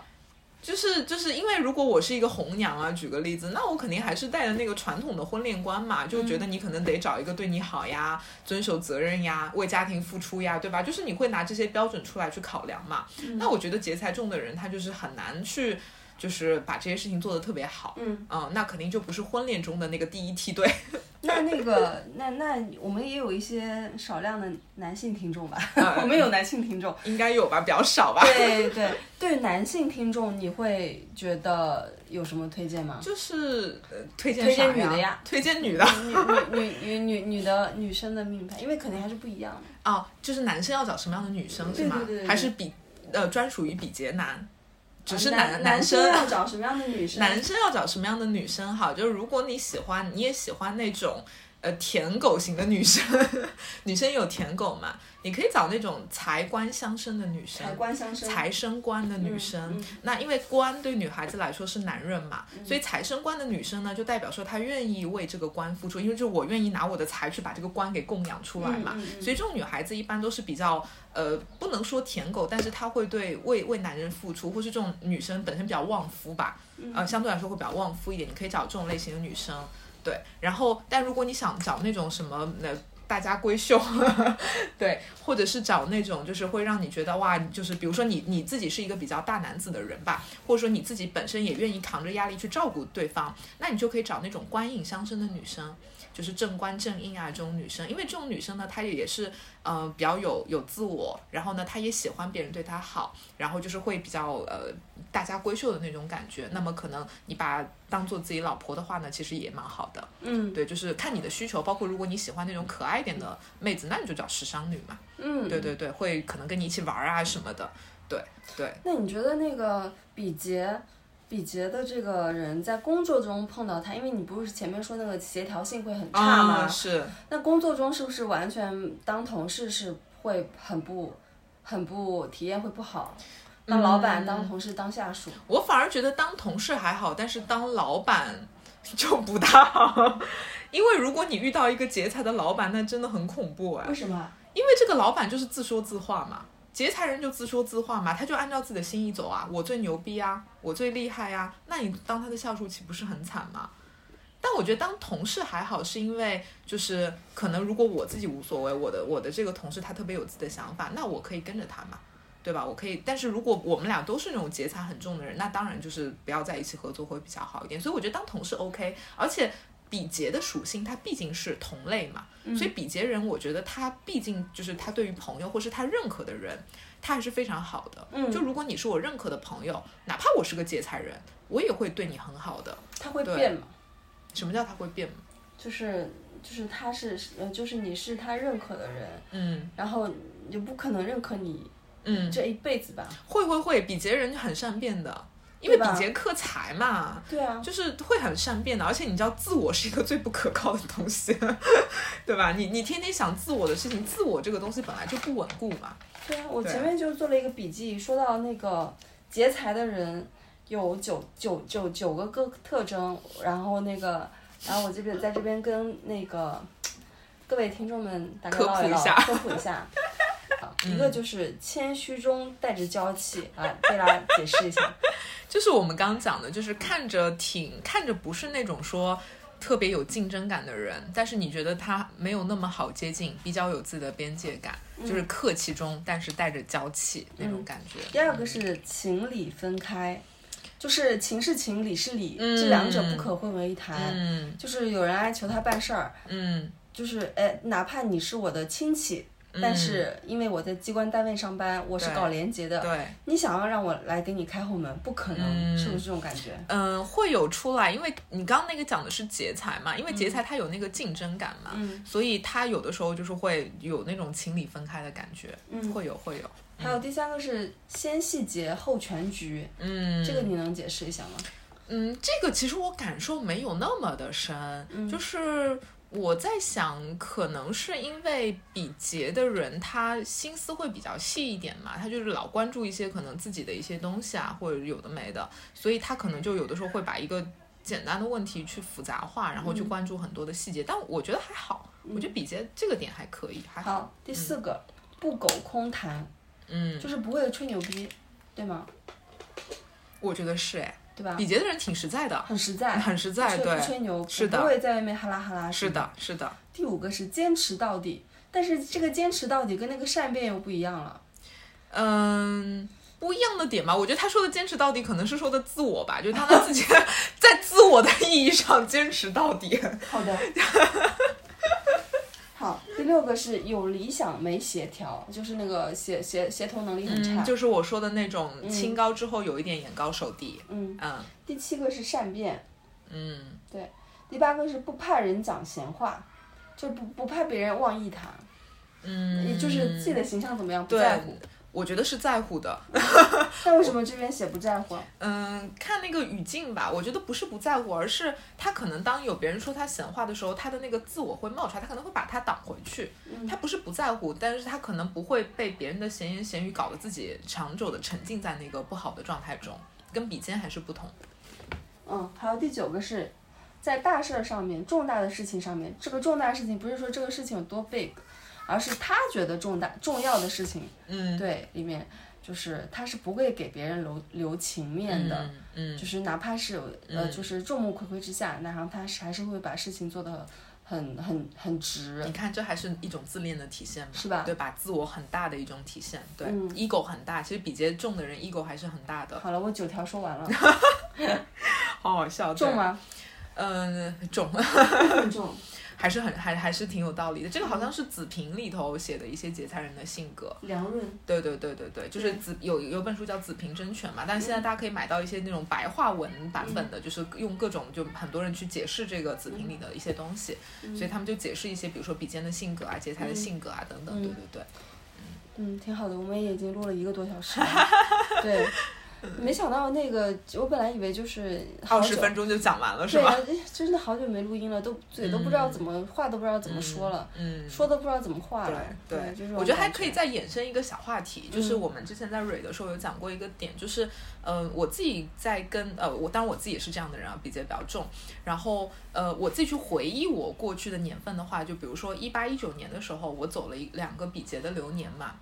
就是就是因为如果我是一个红娘啊，举个例子，那我肯定还是带着那个传统的婚恋观嘛，就觉得嗯你可能得找一个对你好呀，遵守责任呀，为家庭付出呀，对吧？就是你会拿这些标准出来去考量嘛。嗯那我觉得劫财重的人，他就是很难去。就是把这些事情做得特别好，嗯那肯定就不是婚恋中的那个第一梯队， 那那个，那那我们也有一些少量的男性听 众吧，啊我们有男性听众，应该有吧，比较少吧。对对对，男性听众你会觉得有什么推荐吗？就是、呃、推荐推啥荐女的呀嗯推荐女的女女女女女的女生的命盘，因为肯定还是不一样的。哦，就是男生要找什么样的女生是吗？对对对对还是比呃专属于比劫男，只是男男生生要找什么样的女生？ 男生要找什么样的女生好？就是如果你喜欢，你也喜欢那种呃舔狗型的女生， 女生有舔狗嘛？你可以找那种财官相生的女生，财官相生，嗯财生官的女生，那因为官对女孩子来说是男人嘛，所以财生官的女生呢，就代表说她愿意为这个官付出，因为就是我愿意拿我的财去把这个官给供养出来嘛，嗯嗯嗯所以这种女孩子一般都是比较呃，不能说舔狗，但是她会对为为男人付出，或是这种女生本身比较旺夫吧，嗯呃，相对来说会比较旺夫一点，你可以找这种类型的女生。对，然后但如果你想找那种什么呃大家闺秀，对，或者是找那种就是会让你觉得哇，就是比如说你你自己是一个比较大男子的人吧，或者说你自己本身也愿意扛着压力去照顾对方，那你就可以找那种官印相生的女生。就是正官正印啊，这种女生，因为这种女生呢，她也是呃比较有有自我，然后呢，她也喜欢别人对她好，然后就是会比较呃大家闺秀的那种感觉。那么可能你把当做自己老婆的话呢，其实也蛮好的。嗯对，就是看你的需求，包括如果你喜欢那种可爱一点的妹子，那你就找时尚女嘛。嗯，对。对对，会可能跟你一起玩啊什么的。对对，那你觉得那个比劫，比劫的这个人在工作中碰到他，因为你不是前面说那个协调性会很差吗？啊是，那工作中是不是完全当同事是会很不很不体验会不好？当老板、嗯当同事、当下属，我反而觉得当同事还好，但是当老板 就不大好，因为如果你遇到一个劫财的老板，那真的很恐怖哎、什么？因为这个老板就是自说自话嘛，劫财人就自说自话嘛，他就按照自己的心意走啊，我最牛逼啊，我最厉害啊，那你当他的下属岂不是很惨吗？但我觉得当同事还好，是因为就是可能如果我自己无所谓，我的我的这个同事他特别有自己的想法，那我可以跟着他嘛，对吧？我可以。但是如果我们俩都是那种劫财很重的人，那当然就是不要在一起合作会比较好一点。所以我觉得当同事 OK，而且比劫的属性它毕竟是同类嘛，嗯所以比劫人我觉得他毕竟就是他对于朋友或是他认可的人，他还是非常好的。嗯就如果你是我认可的朋友，哪怕我是个劫财人，我也会对你很好的。他会对变嘛？什么叫他会变嘛？就是就是他是呃，就是你是他认可的人，嗯。然后你就不可能认可你嗯，这一辈子吧？会会会，比劫人很善变的，因为对吧比劫克财嘛，对啊，就是会很善变的。而且你知道，自我是一个最不可靠的东西， 对吧？你你天天想自我的事情，自我这个东西本来就不稳固嘛。对啊，我对啊前面就做了一个笔记，说到那个劫财的人有九九九九个个特征，然后那个，然后我这边在这边跟那个各位听众们大概科普唠一唠下嗯科普 一下。啊一个就是谦虚中带着娇气啊，贝拉解释一下，就是我们刚刚讲的，就是看着挺看着不是那种说特别有竞争感的人，但是你觉得他没有那么好接近，比较有自己的边界感，嗯就是客气中但是带着娇气那种感觉。第二个是情理分开，就是情是情，理是理，嗯这两者不可混为一谈。嗯就是有人来求他办事儿，嗯就是哎，哪怕你是我的亲戚，但是因为我在机关单位上班，我是对搞廉洁的，对。你想要让我来给你开后门，不可能，嗯是不是这种感觉？嗯，会有出来，因为你刚刚那个讲的是劫财嘛，因为劫财它有那个竞争感嘛，嗯所以它有的时候就是会有那种情理分开的感觉，嗯会有会有，还有第三个是先细节后全局，嗯，这个你能解释一下吗？嗯，这个其实我感受没有那么的深，嗯就是我在想，可能是因为比劫的人他心思会比较细一点嘛，他就是老关注一些可能自己的一些东西啊，或者有的没的，所以他可能就有的时候会把一个简单的问题去复杂化，然后嗯去关注很多的细节。但我觉得还好，我觉得比劫这个点还可以，还好，好，第四个、不苟空谈，嗯，就是不会吹牛逼，对吗？我觉得是哎，对吧比？劫的人挺实在的，很实 在，很实在不吹对不吹牛，是的不会在外面哈啦哈啦。是。的，是的。第五个是坚持到底，但是这个坚持到底跟那个善变又不一样了。嗯，不一样的点吧。我觉得他说的坚持到底，可能是说的自我吧，就是当他自 己在自我的意义上坚持到底。好的。 好，第六个是有理想没协调，就是那个协协协同能力很差。嗯，就是我说的那种清高之后有一点眼高手低。嗯嗯第七个是善变，嗯，第八个是不怕人讲闲话，就不不怕别人妄议他，嗯也就是自己的形象怎么样不对在乎。我觉得是在乎的。那为什么这边写不在乎啊？嗯，看那个语境吧，我觉得不是不在乎，而是他可能当有别人说他闲话的时候，他的那个自我会冒出来，他可能会把他挡回去。他不是不在乎，但是他可能不会被别人的闲言闲语搞得自己长久的沉浸在那个不好的状态中，跟比肩还是不同。嗯，还有第九个是，在大事儿上面，重大的事情上面，这个重大事情不是说这个事情有多 big，而是他觉得重大重要的事情，嗯，对，里面就是他是不会给别人留留情面的，嗯嗯就是哪怕是有呃，就是众目睽睽之下，然后他是还是会把事情做得很很很直嗯你。看，这还是一种自恋的体现嘛，是吧对吧？自我很大的一种体现，对、嗯 e g o 很大。其实比较重的人 ego 还是很大的，好了，我九条说 完了，好好笑。对啊重？吗？嗯、重，很重。还是很还还是挺有道理的。这个嗯好像是子平里头写的一些节才人的性格，梁润，对对对对对，就是子有有本书叫《子平真诠》嘛，但是嗯现在大家可以买到一些那种白话文版本的，就是用各种就很多人去解释这个子平里嗯的一些东西，所以他们就解释一些，比如说比肩的性格啊、劫财的性格啊等等，嗯对对对，嗯，挺好的，我们也已经录了一个多小 时了。对，没想到那个，我本来以为就是好二久十分钟就讲完了是对吧？啊，真的好久没录音了，都嘴都不知道怎么话都不知道怎么说了，嗯，说都不知道怎么话对了。对，就是我觉得还可以。以再衍生一个小话题，就是嗯我们之前在蕊的时候有讲过一个点，就是呃，我自己在跟呃，我当然我自己也是这样的人啊，比较比较重。然后呃，我自己去回忆我过去的年份的话，就比如说一八一九年的时候，我走了一两个比劫的流年嘛。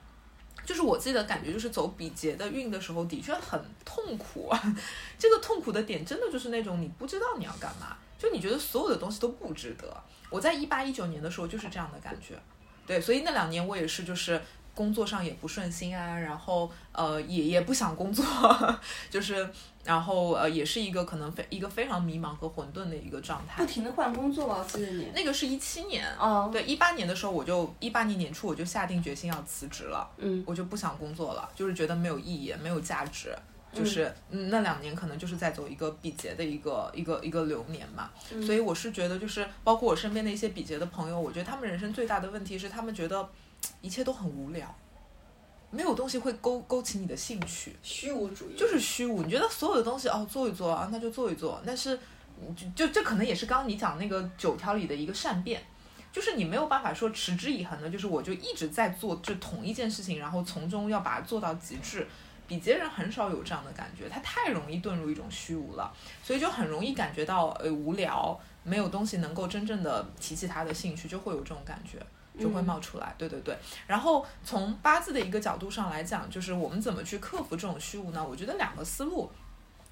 就是我自己的感觉，就是走比劫的运的时候，的确很痛苦、 啊。这个痛苦的点，真的就是那种你不知道你要干嘛，就你觉得所有的东西都不值得。我在一八一九年的时候就是这样的感觉，对，所以那两年我也是就是工作上也不顺心啊，然后呃也也不想工作， 就是然后呃也是一个可能非一个非常迷茫和混沌的一个状态不。停的换工作吧，我记得你。那个是一七年，哦，对，一八年的时候我就一八年年初我就下定决心要辞职了，嗯我就不想工作了，就是觉得没有意义，没有价值。就是、嗯那两年可能就是在走一个比劫的一个一个一个流年嘛，嗯所以我是觉得就是包括我身边的一些比劫的朋友，我觉得他们人生最大的问题是他们觉得嘖一切都很无聊，没有东西会勾勾起你的兴趣，虚无主义就是虚无。你觉得所有的东西哦，做一做啊，那就做一做，但是嗯就就这可能也是刚刚你讲那个九条里的一个善变。就是你没有办法说持之以恒的，就是我就一直在做这同一件事情，然后从中要把它做到极致。比劫人很少有这样的感觉，他太容易遁入一种虚无了，所以就很容易感觉到呃无聊，没有东西能够真正的提起他的兴趣，就会有这种感觉。嗯就会冒出来，对对对。然后从八字的一个角度上来讲，就是我们怎么去克服这种虚无呢？我觉得两个思路，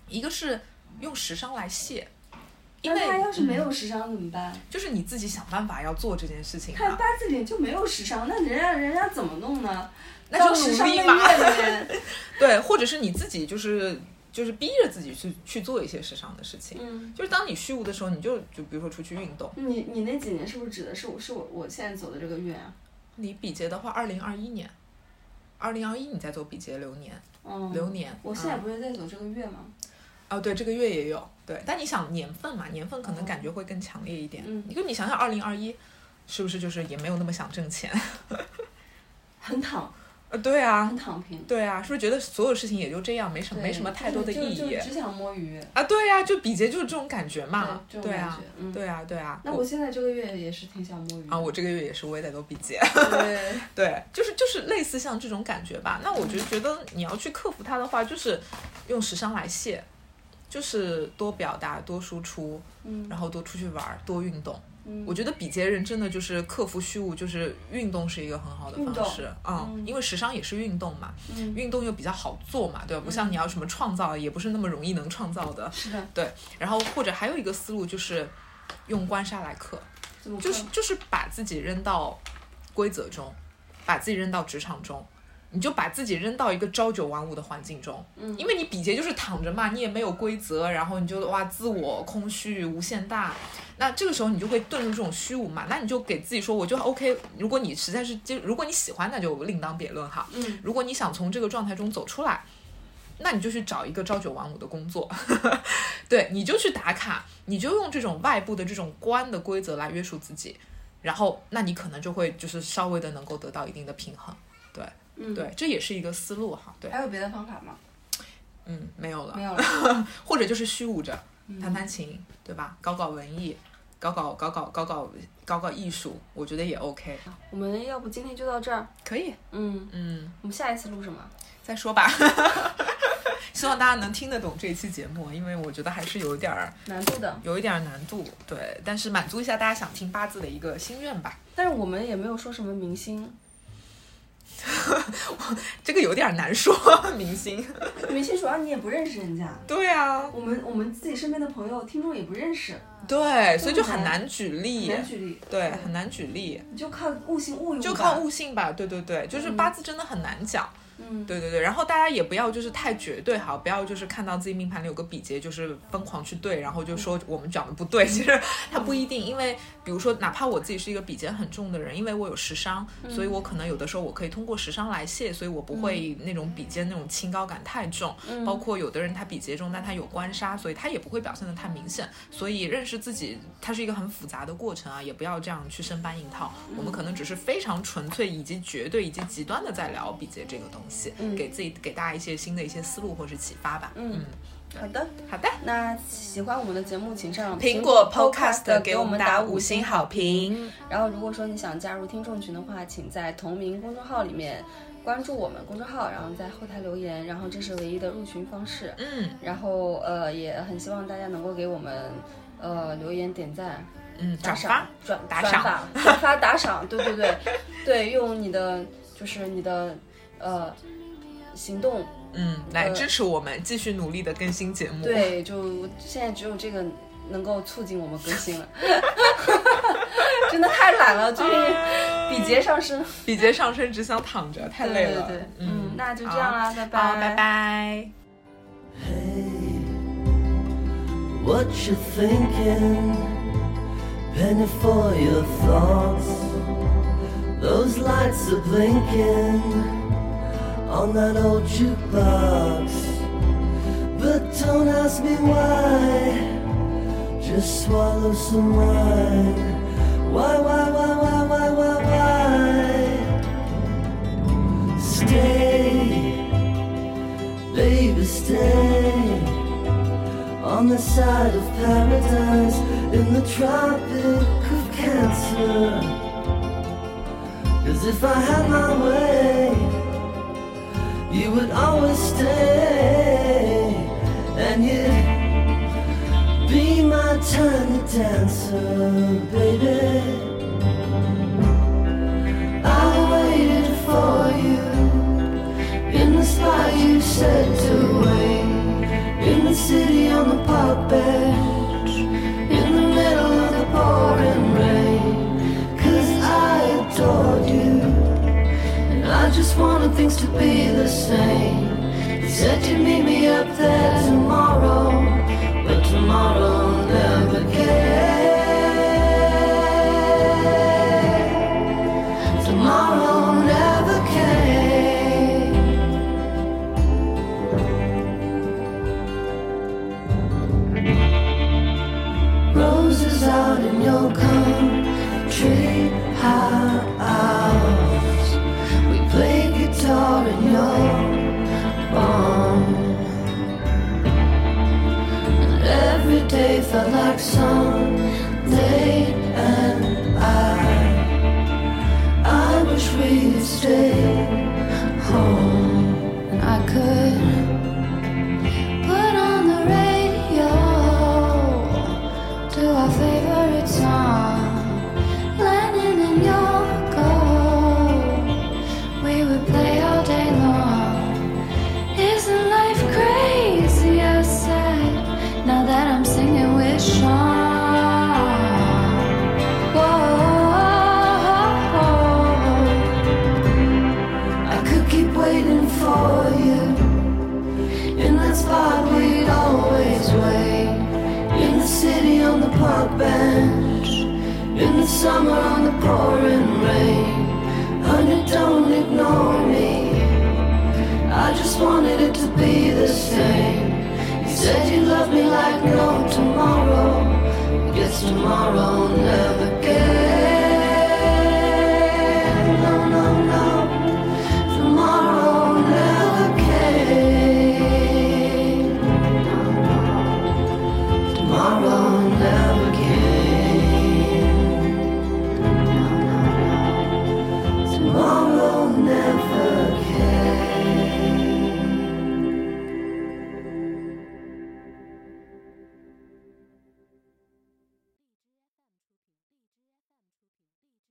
一个是用时尚来泄，因那为啊他要是没有时尚怎么办？就是你自己想办法要做这件事情看嘛，八字里就没有时尚，那人家人家怎么弄呢？那到就时努尚力那嘛。月 里面， 对，或者是你自己就是就是逼着自己去去做一些时尚的事情。嗯，就是当你虚无的时候，你就就比如说出去运动。你你那几年是不是指的是我是我我现在走的这个月啊？你比劫的话，二零二一年，二零二一你在走比劫流年，嗯，流年。我现在嗯不是在走这个月吗？哦，对，这个月也有。对，但你想年份嘛，年份可能感觉会更强烈一点。哦嗯你就你想想二零二一，是不是就是也没有那么想挣钱？ 很躺呃，对啊很，躺平，对啊，是不是觉得所有事情也就这样，没什么对没什么太多的就是意就义就只想摸鱼，啊？对啊，就比劫就是这种感觉嘛，对这种对感啊觉，，嗯。对啊，对啊。那我现在这个月也是挺想摸鱼的啊，我这个月也是，我也在做比劫， 对，对，就是就是类似像这种感觉吧。那我就嗯觉得你要去克服它的话，就是用时尚来卸，就是多表达、多输出，嗯然后多出去玩儿、多运动。嗯我觉得比劫人真的就是克服虚无，就是运动是一个很好的运方动式啊、嗯因为时尚也是运动嘛，嗯运动又比较好做嘛，对吧？不像你要什么创造，也不是那么容易能创造的。是的，对，然后或者还有一个思路就是用观杀来克，怎么就是办就是把自己扔到规则中，把自己扔到职场中，你就把自己扔到一个朝九晚五的环境中，嗯因为你比劫就是躺着嘛，你也没有规则，然后你就哇自我空虚无限大，那这个时候你就会遁入这种虚无嘛，那你就给自己说我就 OK，如果你实在是就如果你喜欢那就另当别论哈，嗯如果你想从这个状态中走出来，那你就去找一个朝九晚五的工作， 对，你就去打卡，你就用这种外部的这种官的规则来约束自己，然后那你可能就会就是稍微的能够得到一定的平衡，对，嗯对，这也是一个思路哈，对，还有别的方法吗？嗯，没有了没，有了。嗯或者就是虚无着，弹弹琴，对吧？搞搞文艺，搞搞搞搞搞搞搞搞艺术，我觉得也 OK，我们要不今天就到这儿？可以，嗯，嗯，我们下一次录什么？再说吧。 希望大家能听得懂这一期节目，因为我觉得还是有一点儿难度的，有一点儿难度，对，但是满足一下大家想听八字的一个心愿吧。但是我们也没有说什么明星，这个有点儿难说，明星。明星主要你也不认识人家，对啊，我们我们自己身边的朋友听众也不认识，对，所以就很很难难举例，难举例，对，很难举例，你就看悟性悟一悟吧，就靠悟性吧。对对对，就是八字真的很难讲。嗯，对对对，然后大家也不要就是太绝对哈，不要就是看到自己命盘里有个比劫，就是疯狂去对，然后就说我们讲的不对，其实它不一定，因为比如说哪怕我自己是一个比劫很重的人，因为我有食伤，所以我可能有的时候我可以通过食伤来泄，所以我不会那种比劫那种清高感太重，包括有的人他比劫重，但他有官杀，所以他也不会表现的太明显，所以认识自己它是一个很复杂的过程啊，也不要这样去生搬硬套，我们可能只是非常纯粹以及绝对以及极端的在聊比劫这个东西。给自己给大家一些新的一些思路或是启发吧。嗯好的，好的，那喜欢我们的节目，请上苹果 Podcast 给给我们们打五五星好评，然后，如果说你想加入听众群的话，请在同名公众号里面关注我们公众号，然后在后台留言，然后这是唯一的入群方式。嗯然后，呃，也很希望大家能够给我们，呃，留言、点赞、嗯，打转赏发、转打转赏发、转发、打赏，对对对，对，用你的就是你的呃行动，嗯，呃来支持我们继续努力的更新节目。，对，就现在只有这个能够促进我们更新了， 真的太懒了，最近比劫上升。比劫上升，只想躺着，哦太累了。对对对，嗯嗯，，那就这样啦，拜拜，好，拜。拜。 What you thinking? Penny for your thoughts. Those lights are blinking on that old jukebox. But don't ask me why. Just swallow some wine. Why, why, why, why, why, why, why? Stay, baby, stay on the side of paradise in the tropic of cancer. Cause if I had my way, you would always stay, and you'd be my tiny dancer, baby. I waited for you in the spot you said to wait. In the city on the park bench In the middle of the pouring rain Cause I adored you And I just wanted things to be the same You said you'd meet me up there tomorrow But tomorrow never came Tomorrow never came Roses out in your country house. We play guitar in your barn. And every day felt like Sunday, and I, I wish we had stayed home. And I could put on the radio to our favorite song, Lennon and Yoko. We would play all day long. Isn't life crazy outside? Now that I'm singing with Sean. Whoa, I could keep waiting for you in that spot we'd always wait. In the city on the park bench. In the summer on the pouring rain. Honey, don't ignore me. I just wanted it to be the same. You said you loved me like no tomorrow. I guess tomorrow never